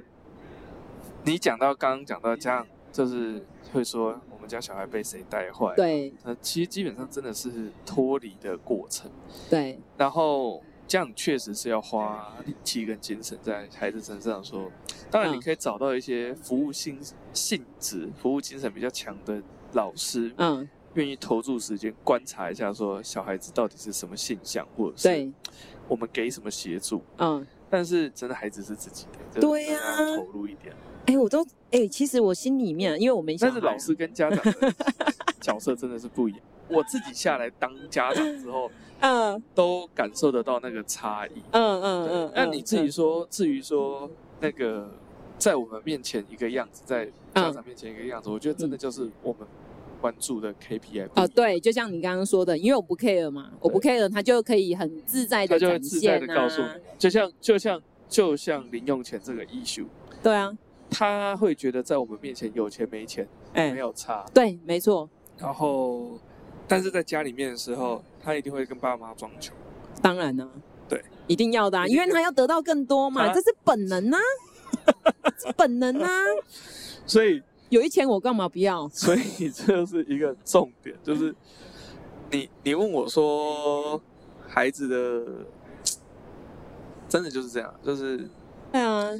你讲到刚刚讲到家长，就是会说我们家小孩被谁带坏，，对那其实基本上真的是脱离的过程，对然后。这样确实是要花力气跟精神在孩子身上说，当然你嗯可以找到一些服务性性质、服务精神比较强的老师，嗯，愿意投注时间观察一下，说小孩子到底是什么现象，或者是对，我们给什么协助。嗯，但是真的孩子是自己的，就是对呀大家投入一点。哎，我都，哎，其实我心里面，因为我没小但孩，是老师跟家长的角色真的是 <laughs> 不一样。我自己下来当家长之后，嗯，嗯都感受得到那个差异。嗯嗯对嗯，那你自己说，至于说那个在我们面前一个样子，在嗯家长面前一个样子，我觉得真的就是我们关注的 KPI 不一哦，样，对，就像你刚刚说的，因为我不 care 嘛，我不 care，他就可以很自在他的就会展自在现的啊，告诉你，就像就像就像零用钱这个 issue，对啊，他会觉得在我们面前有钱没钱哎没，有差，对，没错，然后，但是在家里面的时候，他一定会跟爸妈装穷。当然啦、对，一定要的、啊，一因定为他要得到更多嘛，啊这是本 <laughs> 能呐、这是本能呐、所以，有一钱我干嘛不要？所以这就是一个重点，就是你你问我说，孩子的真的就是这样，就是对啊，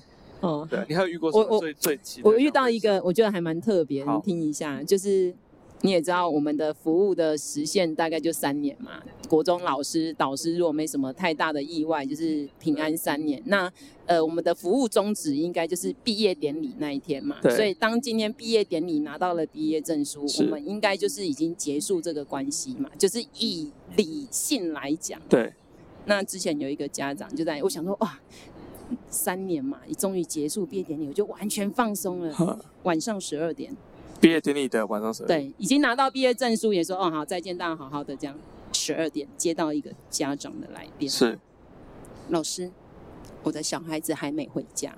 哦，对啊、你还有遇过什我么我最最奇？我遇到一，个我觉得还蛮特别，你好听一下，就是你也知道我们的服务的时限大概就三年嘛。国中老师导师如果没什么太大的意外，就是平安三年。那呃，我们的服务宗旨应该就是毕业典礼那一天嘛。对所以当今天毕业典礼拿到了毕业证书，是我们应该就是已经结束这个关系嘛，就是以理性来讲。对，那之前有一个家长就在，我想说哇，三年嘛，终于结束毕业典礼，我就完全放松了。哈晚上十二点，毕业典礼的晚上十二点，对，已经拿到毕业证书，也说哦好，再见，大家好好的这样。十二点接到一个家长的来电，是老师，我的小孩子还没回家。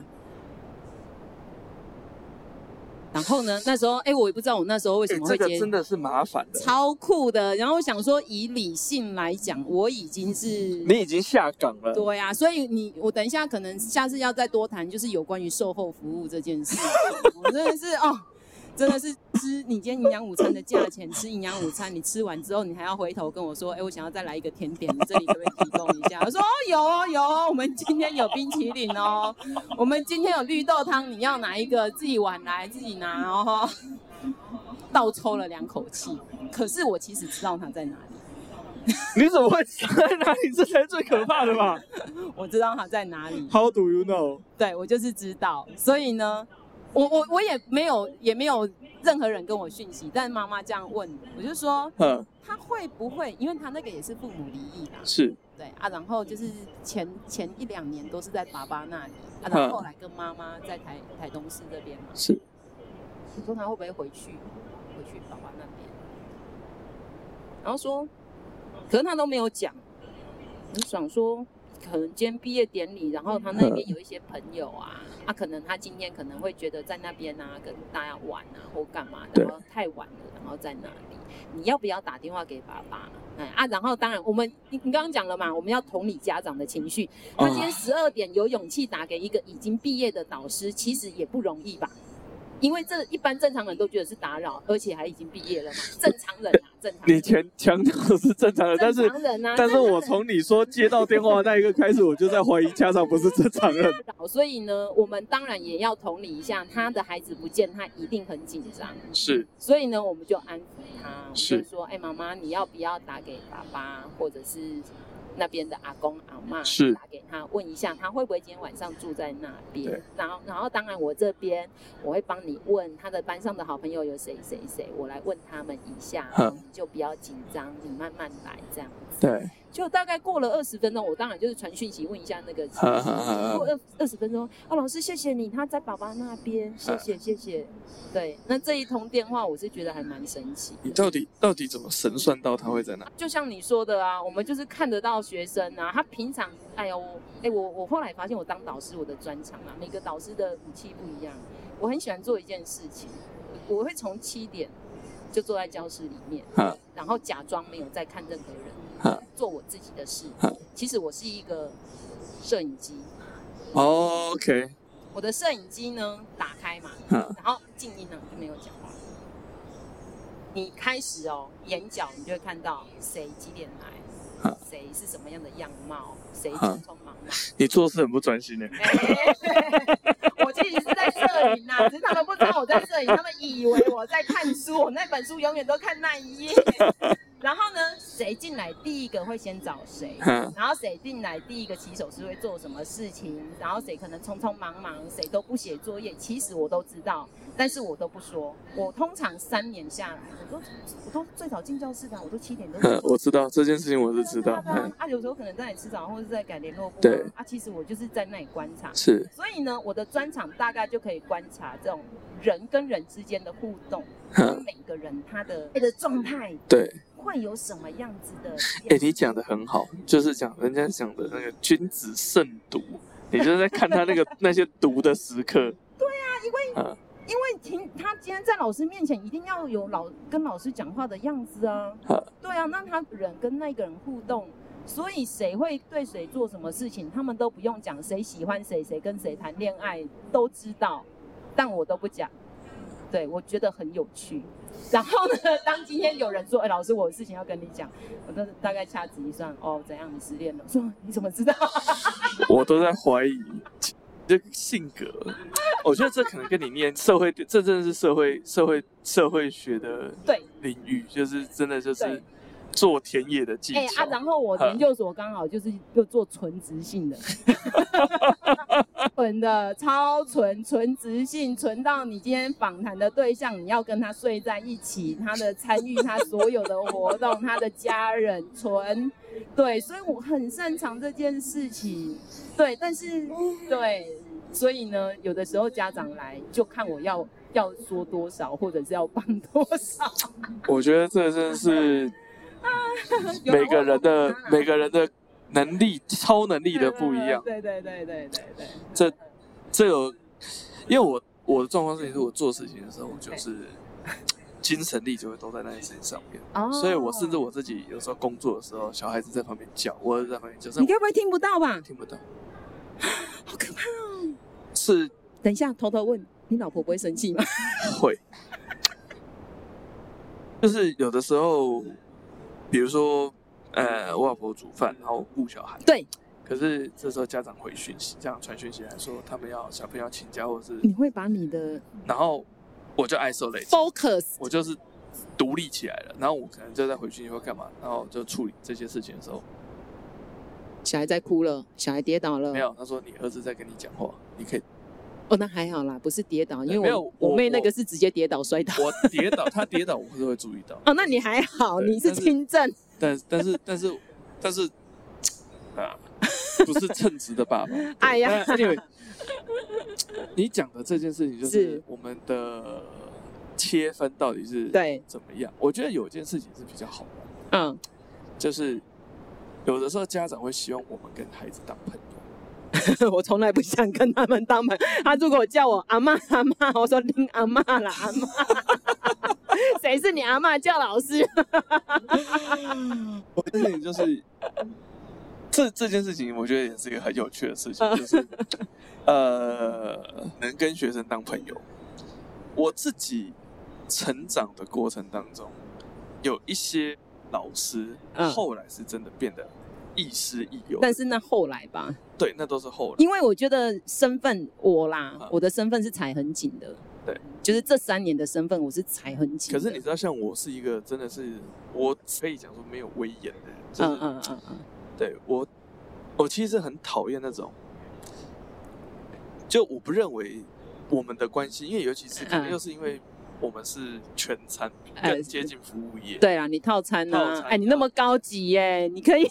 然后呢，那时候哎，我也不知道我那时候为什哎么这会个接，真的是麻烦的。超酷的。然后我想说，以理性来讲，我已经是你已经下岗了，对呀、所以你我等一下可能下次要再多谈，就是有关于售后服务这件事情。 <laughs> 我真的是哦，真的是吃你今天营养午餐的价钱，吃营养午餐，你吃完之后你还要回头跟我说，哎，我想要再来一个甜点，你这里可不可以提供一下？我说哦有哦有哦，我们今天有冰淇淋哦，我们今天有绿豆汤，你要哪一个？自己碗来，自己拿哦。倒抽了两口气，可是我其实知道它在哪里。你怎么会在哪里？这才是最可怕的吧我知道它在哪里， ？How do you know？对我就是知道，所以呢，我我我也没有也没有任何人跟我讯息，但妈妈这样问，我就说嗯，他会不会，因为他那个也是父母离异啦，是对啊，然后就是前前一两年都是在爸爸那里，啊，然嗯后后来跟妈妈在台台东市这边嘛，是，我说他会不会回去回去爸爸那边，然后说，可是他都没有讲，我就想说。可能今天毕业典礼，然后他那边有一些朋友啊，啊，可能他今天可能会觉得在那边啊跟大家玩啊或干嘛，对然后太晚了，然后在哪里？你要不要打电话给爸爸？哎啊，然后当然我们你你刚刚讲了嘛，我们要同理家长的情绪。他今天十二点有勇气打给一个已经毕业的导师，其实也不容易吧？因为这一般正常人都觉得是打扰，而且还已经毕业了 <laughs> 嘛，正常人啊，正常人。你前强 <laughs> 调的是正常的，但正是常人啊，但是正常我人从你说接到电话那一刻开始，我就在怀疑家长不是正常人。所以呢，我们当然也要同理一下，他的孩子不见，他一定很紧张。 <laughs> 是所以呢，我们就安抚他，我是就说：“哎、妈妈，你要不要打给爸爸，或者是那边的阿公阿妈，是打给他问一下，他会不会今天晚上住在那对边？然后，然后当然我这边我会帮你问他的班上的好朋友有谁谁谁，我来问他们一下，哼你就不要紧张，你慢慢来这样子。”对，就大概过了二十分钟，我当然就是传讯息问一下那个情 <laughs> 哈哈况。哈过二二十分钟，啊，老师谢谢你，他在爸爸那边，谢谢谢谢。对，那这一通电话我是觉得还蛮神奇。你到底到底怎么神算到他会在哪？就像你说的啊，我们就是看得到学生啊，他平常，哎呦，哎我我后来发现我当导师我的专长啊，每个导师的武器不一样。我很喜欢做一件事情，我我会从七点就坐在教室里面，哈然后假装没有在看任何人。哈做我自己的事哈。其实我是一个摄影机，哦，OK，我的摄影机呢打开嘛，哈，然后静音了就没有讲话。你开始哦，眼角你就会看到谁几点来哈，谁是什么样的样貌，谁哈匆匆忙忙。 <laughs> 你做事很不专心呢。哎我其实是在摄影啊呐，只是他们不知道我在摄影，他们以为我在看书，我那本书永远都看那一页。然后呢，谁进来第一个会先找谁？哈，然后谁进来第一个起手是会做什么事情，然后谁可能匆匆忙忙，谁都不写作业，其实我都知道，但是我都不说。我通常三年下来，我都我都最早进教室的啊，我都七点多。哼我知道这件事情，我是知道。对啊对啊 <laughs> 嗯对啊，啊有时候可能在那里吃早餐，或者在改联络部啊。对啊，其实我就是在那里观察。是，所以呢，我的专场大概就可以观察这种人跟人之间的互动，哈，每个人他的哎他的状态对。。会有什么样子的哎、你讲的很好，就是讲人家讲的那个君子慎独，你就是在看他那个 <laughs> 那些毒的时刻。因为听他今天在老师面前一定要有老跟老师讲话的样子啊呵，对啊，那他人跟那个人互动，啊所以谁会对谁做什么事情，他们都不用讲，谁喜欢谁，谁跟谁谈恋爱都知道，但我都不讲，对我觉得很有趣。然后呢，当今天有人说，哎、老师，我有事情要跟你讲，我都大概掐指一算，哦，怎 <laughs> 样，你失恋了？我说你怎么知道？我都在怀疑这个性格，我觉得这可能跟你念社会，这真的是社会社会社会学的对领域，就是真的就是对做田野的技哎、巧。啊，然后我呵研究所刚好就是又做纯职性 <laughs> 的，纯的超纯纯职性，纯到你今天访谈的对象，你要跟他睡在一起，他的参与他所有的活动，他的家人纯，对，所以我很擅长这件事情，对，但是对，所以呢，有的时候家长来就看我要要说多少，或者是要帮多少。 <laughs> 我觉得这真的是每个人的每个人的能力、超能力的不一样。对对对对对对。这这有，因为我我的状况是，是我做事情的时候，我就是精神力就会都在那件事情上面，哦所以我甚至我自己有时候工作的时候，小孩子在旁边叫，我儿子在旁边叫，但你该不会听不到吧我？听不到， <laughs> 好可怕！哦是等一下，偷偷问你老婆不会生气吗？嗯会， <laughs> 就是有的时候，比如说，呃，我老婆煮饭，然后顾小孩， <laughs> 对，可是这时候家长回讯息，家长传讯息来说他们要小朋友请假，或者是，你会把你的然后我就 isolate， focus 我就是独立起来了，然后我可能就在回去以后干嘛，然后就处理这些事情的时候，小孩在哭了，小孩跌倒了，没有，他说你儿子在跟你讲话，你可以，哦，那还好啦，不是跌倒，因没为有我我我妹那我个是直接跌倒摔倒。我跌倒，他跌倒，我是会注意到，哦，那你还好，对你是 <laughs> 但是轻症。但但是但是但是啊，不是称职的爸爸。 <laughs> 哎呀，那 anyway，你讲的这件事情就是是我们的切分到底是对怎么样？我觉得有一件事情是比较好玩，嗯， <laughs> 就是有的时候家长会希望我们跟孩子当朋友，我从来不想跟他们当朋友。他如果叫我阿妈阿妈，我说林阿妈啦阿妈， <laughs> 谁是你阿妈？叫老师。我的事情就是。这这件事情，我觉得也是一个很有趣的事嗯情，就是，呃，能跟学生当朋友。我自己成长的过程当中，有一些老师嗯后来是真的变得亦师亦友，但是那后来吧，对，那都是后来。因为我觉得身份我啦，嗯我的身份是踩很紧的。对，就是这三年的身份我是踩很紧可的。是你知道，像我是一个真的是，我可以讲说没有威严的人，就是、嗯，嗯嗯嗯对我，我其实很讨厌那种，就我不认为我们的关系，因为尤其是可能嗯又是因为我们是全餐，呃更接近服务业，嗯，，对啦，你套餐套啊，餐哎，你那么高级耶，你可以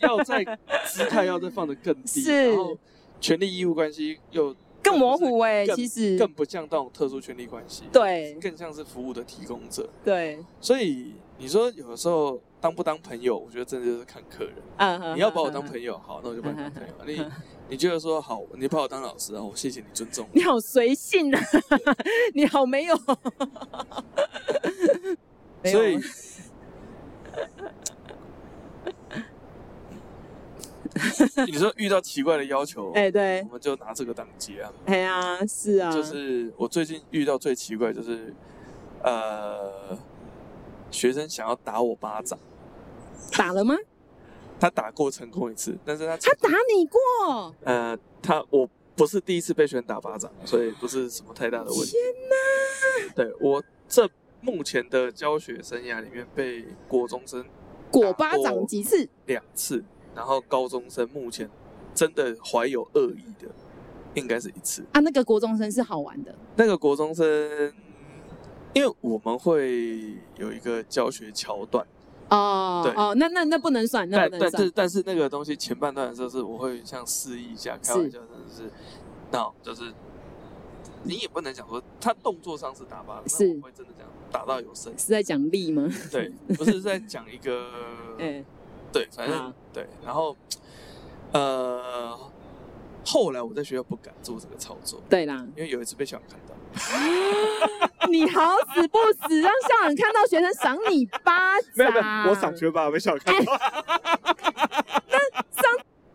要在姿态要再放得更 <laughs> 低，是然后权利义务关系又更模糊哎， <laughs> 更其实更不像那种特殊权利关系，，对更像是服务的提供者，对，所以你说有的时候当不当朋友，我觉得真的就是看客人。嗯， <laughs> 你要把我当友。朋友，好，那我就把你当朋 <laughs> 友。你你觉得说好，你把我当老师，哦，我谢谢你尊重我。你好随性啊， <laughs> 你好没 <laughs> 有，没有啊 <laughs> 所以，你说遇到奇怪的要求，哎、对我，们就拿这个当结啊。哎呀、是啊，就是我最近遇到最奇怪的就是，呃，学生想要打我巴掌，打了吗？他打过成功一次，但是他他打你过，呃，他我不是第一次被学生打巴掌，所以不是什么太大的问题。天哪！对我这目前的教学生涯里面，被国中生果巴掌几次？两次，然后高中生目前真的怀有恶意的，应该是一次。啊，那个国中生是好玩的，那个国中生，因为我们会有一个教学桥段，哦对哦，那那那不能算，那但不但能是算，但是那个东西前半段的时候是我会像示意一下，开玩笑，真的是，那就是你也不能讲说他动作上是打吧，那是我会真的讲打到有声 <laughs> 音，是在讲力吗？对，不是在讲一 <laughs> 个，嗯哎、对，反正好对，然后呃，后来我在学校不敢做这个操作，对啦，因为有一次被小孩看到，你好死不死，让校长看到学生赏你 <laughs> 巴掌，学霸被小孩看到，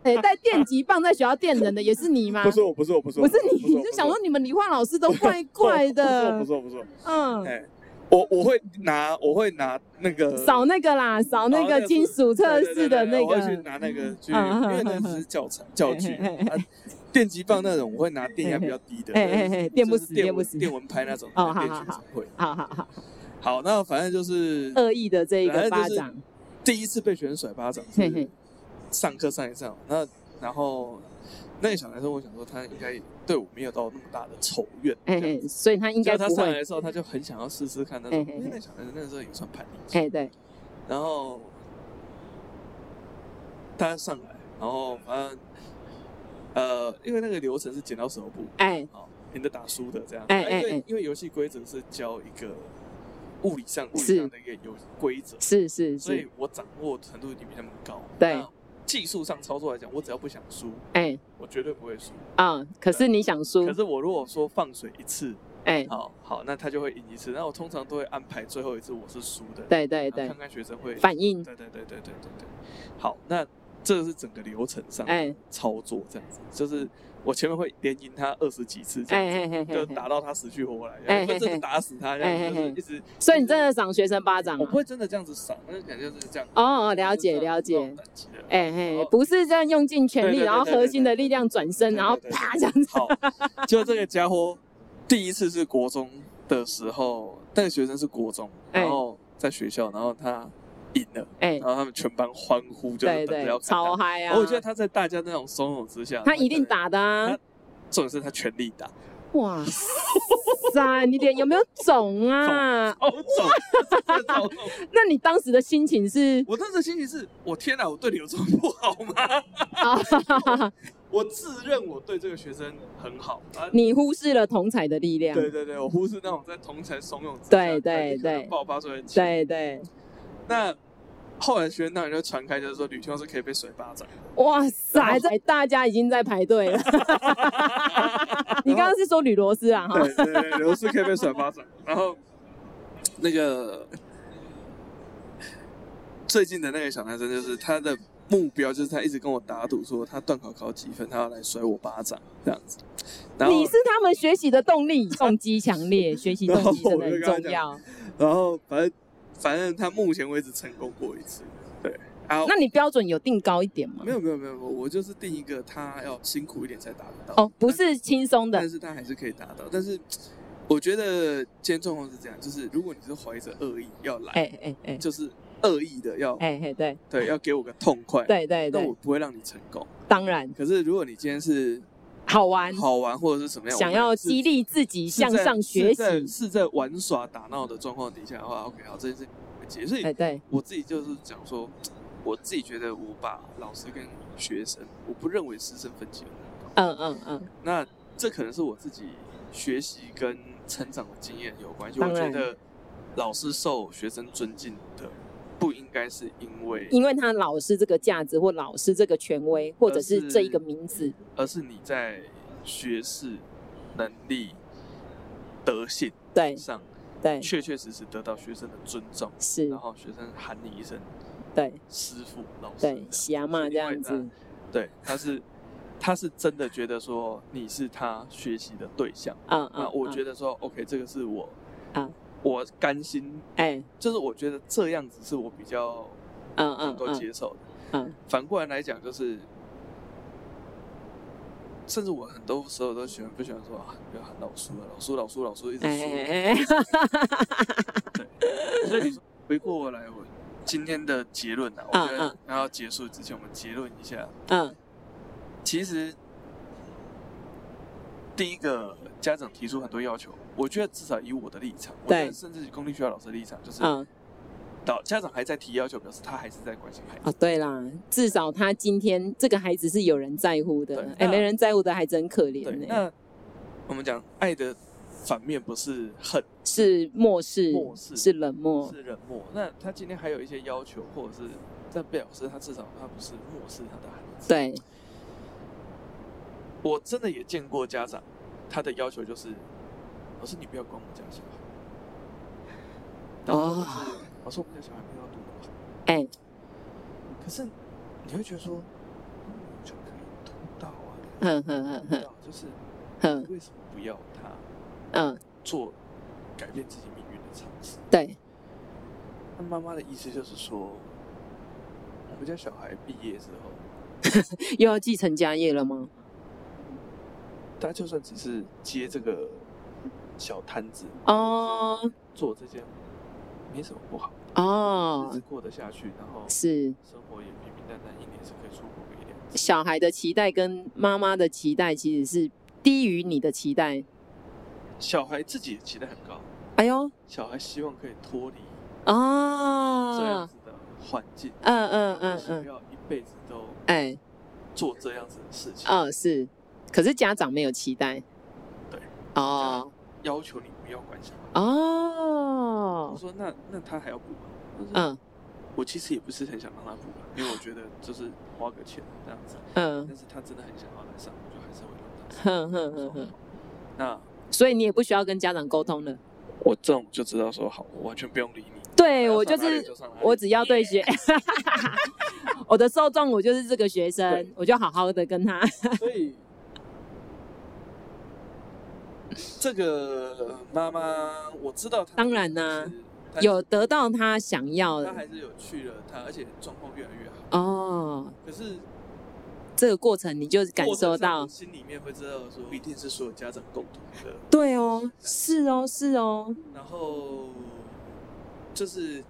哎、带电击棒在学校电人的也是你吗？我，不是我，不是哎不是你，你就想说你们理化老师都 <laughs> 怪怪的，是我，不是我，嗯，哎，我我会拿，我会拿那个扫那个啦，扫那哦那个个金属测试的对对对对那我会去个，拿那个去，嗯因为那只是教材教具嘿嘿嘿啊，电击棒那种，我会拿电压比较低的，嘿嘿嘿嘿就嘿是电不死就是电电不蚊死电蚊拍那种，哦好电学好好呃生会。好好好，好，那反正就是恶意的这一个反正巴就是掌，第一次被学生甩巴掌，嘿嘿是上课上一上，那然后那个小男生，我想说他应该对我没有到那么大的仇怨，哎嘿这样嘿，所以他应结该果他不上来会，的时候，他就很想要试试看那嘿种，嘿因为嘿那小男生那时候也算叛逆期，哎对，然后他上来，然后反正呃，因为那个流程是剪刀石头布，哎好，哦赢的打输的这样。哎啊哎因为哎因为游戏规则是教一个物理上物理是上的一个游规则，是是所以是，我掌握程度一定比他们高。对，技术上操作来讲，我只要不想输，哎我绝对不会输。啊，可是你想输可，是我如果说放水一次，哎，好好，那他就会赢一次。那我通常都会安排最后一次我是输的，对对然后对看，看学生会。反应，对对对对对对对。好，那这是整个流程上的哎操作这样子，就是我前面会连赢他二十几次这样子。哎嘿嘿就嘿嘿，打到他死去活来，哎然后嘿真的嘿打死他，然哎后嘿就是嘿一直。所以你真的赏学生巴掌我啊不？会真的这样子赏，但是感觉就是这样。哦哦，了解就是这样了这解种，等级的哎好嘿，不是这样用尽全对力，对对然后对对核心对的力量转身，对然后对对啪对这样子， <laughs> 好，就这个家伙，第一次是国中的时候，那个学生是国中，哎然后在学校，然后他赢了，哎然，后他们全班欢呼，就是对等着要看他对，超。嗨啊！哦我觉得他在大家那种怂恿之下，他一可定能。打的啊他！重点是他全力打，哇塞，你脸有没有肿啊？哦，肿，真的超肿。那你当时的心情是我当时心情是，我天哪，我对你有这么不好吗？啊？ <laughs> 我自认我对这个学生很好啊。你忽视了同彩的力量，对对对，我忽视那种在同才怂恿之下对对他就可能对爆发出来的情绪对对，那后来学生当然就传开，就是说吕秋是可以被甩巴掌。哇塞，这大家已经在排队 <laughs> 了。你刚刚是说吕罗斯啊？哈，对对对，刘是可以被甩巴掌。然后那个最近的那个小男生，就是他的目标就是他一直跟我打赌说他段考考几分，他要来甩我巴掌这样子。然后你是他们学习的动 <laughs> 力，动机强烈，学习动机真的很重然要。然后反正反正他目前为止成功过一次，对。啊，那你标准有定高一点吗没？有没有没有，我就是定一个他要辛苦一点才达得到。哦，不是轻松的但，是他还是可以达到。但是我觉得今天状况是这样，就是如果你是怀着恶意要来，哎哎哎就是恶意的要、哎哎，对对要给我个痛快，对对那我对，不会让你成功。当然可是如果你今天是好玩，好玩或者是什么样，想我们要是激励自己向上学是在是在习。是在玩耍打闹的状况底下的话，OK，好，这件事情会解。所以哎，对，我自己就是讲说，我自己觉得我把老师跟学生，我不认为师生分级有那么高。嗯嗯嗯，那这可能是我自己学习跟成长的经验有关系。我当觉然得老师受学生尊敬的，不应该是因为，因为他老师这个价值或老师这个权威，或者是这一个名字，而是你在学识、能力、德性对上，对确确实实得到学生的尊重，是然，后学生喊你一声对师傅、老师这样，对，喜阿嘛是这因为样子，对，他是他是真的觉得说你是他学习的对象。嗯啊，嗯，我觉得，得说 OK，这个是我啊，我甘心，哎，就是我觉得这样子是我比较嗯能嗯够嗯接受的。嗯，反过来来讲，就是甚至我很多时候都喜欢不喜欢说啊，不要喊老叔了，老叔老叔老叔一直哎说。哎哎，哎所以你说回过来，我今天的结论啊，我嗯觉得嗯然后结束之前，我们结论一下，嗯其实。第一个，家长提出很多要求，我觉得至少以我的立场，我觉对得甚至公立学校老师的立场，就是嗯，导家长还在提要求，表示他还是在关心孩哦子。对啦，至少他今天这个孩子是有人在乎的对，哎，那没人在乎的孩子很可对，怜呢，那我们讲爱的反面不是恨，是漠视漠，视是冷漠，是冷漠。那他今天还有一些要求，或者是在表示他至少他不是漠视他的孩子。，对，我真的也见过家长，他的要求就是，老师你不要管我家小孩。然后哦就是老师我们家小孩没有读那么好，哎，可是你会觉得说，嗯就可以读到啊，哼哼哼读嗯哼到就是哼，为什么不要他？嗯，做改变自己命运的尝试。对，那妈妈的意思就是说，我们家小孩毕业之后，又要继承家业了吗？他就算只是接这个小摊子，哦做这件没什么不好，日子哦，过得下去，然后是生活也平平淡淡，一年是可以出国个一两次。小孩的期待跟妈妈的期待其实是低于你的期待。小孩自己也期待很高，哎呦，小孩希望可以脱离这样哦，子的环境，嗯嗯嗯不嗯，要一辈子都哎，做这样子的事情，哦是，可是家长没有期待。对。哦要求你不要管小孩。我哦，说那那他还要补吗？他说嗯我其实也不是很想让他补啊，因为我觉得就是花个钱这样子，嗯但是他真的很想要来上，我就还是会让他上。 <laughs> 哼哼我哼说嗯哼好，那所以你也不需要跟家长沟通了。我这种就知道说好，我完全不用理你。对要我啊上就哪里是就上哪里我只要对学， <laughs> 我的受众我就是这个学生对，我就好好的跟他。所 <laughs> 以这个妈妈我知道她当然啊啦是她有得到他想要她的还是有去了她，而且状况越来越好。哦，可是这个过程你就感过程受上到我，心里面会知道说，不一定是所有家长共同的。对哦，是哦，是哦，然后就是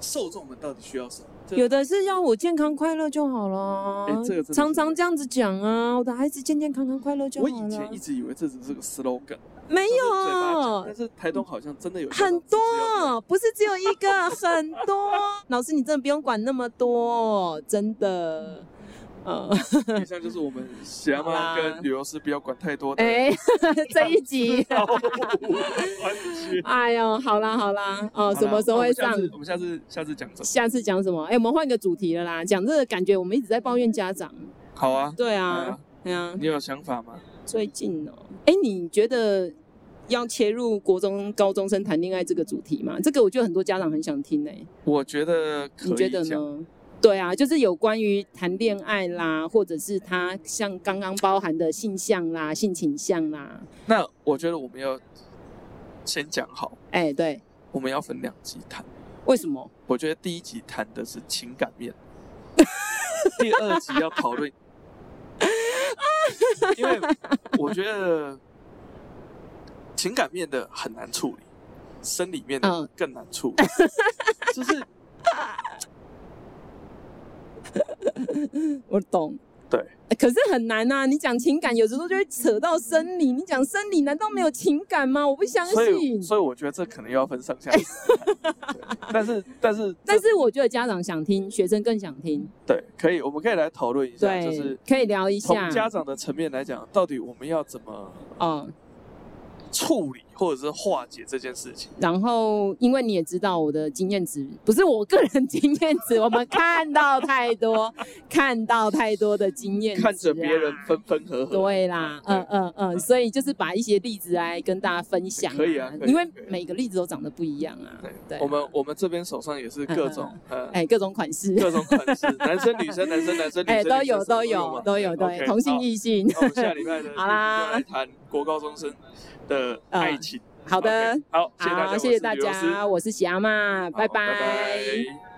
受众们到底需要什么？这有的是要我健康快乐就好了哎这个真的，是常常这样子讲啊，我的孩子健健康康快乐就我好以前了一，直以为这只是个 slogan，没就是嘴巴讲有但。是台东好像真的有很多，不是只有一 <laughs> 个，很多。老师，你真的不用管那么多，真的。呃，以上就是我们喜羊羊跟旅游师不要管太多的 <laughs> 哎、 <laughs> 这一集，道路关系。 <laughs> 哎呦，好啦好啦，哦，什么时候会上好啦？我们下次我们下次下次讲什么？下次讲什么？哎、我们换个主题了啦，讲这个感觉我们一直在抱怨家长。好啊，对对啊啊，对啊，你有想法吗？最近哦，哎、你觉得要切入国中高中生谈恋爱这个主题吗？这个我觉得很多家长很想听哎、我觉得可你觉以得讲。呢？对啊，就是有关于谈恋爱啦，或者是他像刚刚包含的性向啦、性倾向啦，那我觉得我们要先讲好，哎、对，我们要分两集谈。为什么？我觉得第一集谈的是情感 <laughs> 面，第二集要讨论，因为我觉得情感面的很难处理，生理面的嗯更难处 <laughs> 理，就是我懂。对哎，可是很难呐、你讲情感，有时候就会扯到生理。你讲生理，难道没有情感吗？我不相所以信。所以我觉得这可能又要分上下集来谈。对但是但是 <laughs> 但是我觉得家长想听，学生更想听。对，可以，我们可以来讨论一下，对，就是可以聊一从下。家长的层面来讲，到底我们要怎么哦，处理或者是化解这件事情。然后因为你也知道我的经验值，不是我个人经验值，我们看到太多， <laughs> 看到太多的经验值、啊看着别人分。分合合，对啦，嗯嗯嗯，所以就是把一些例子来跟大家分享、可以啊可以因为可以每个例子都长得不一样啊对。对啊，我们我们这边手上也是各种呃哎、各种款式，各种款式，男生女生男生男生女哎、生都女生有什么都有嘛都有 OK，对，同性好异性。那我们下礼拜的好啦嗯就来谈国高中生的爱情。好的 OK，好，谢谢大家，好，谢谢大家，我是喜阿妈，拜拜拜拜。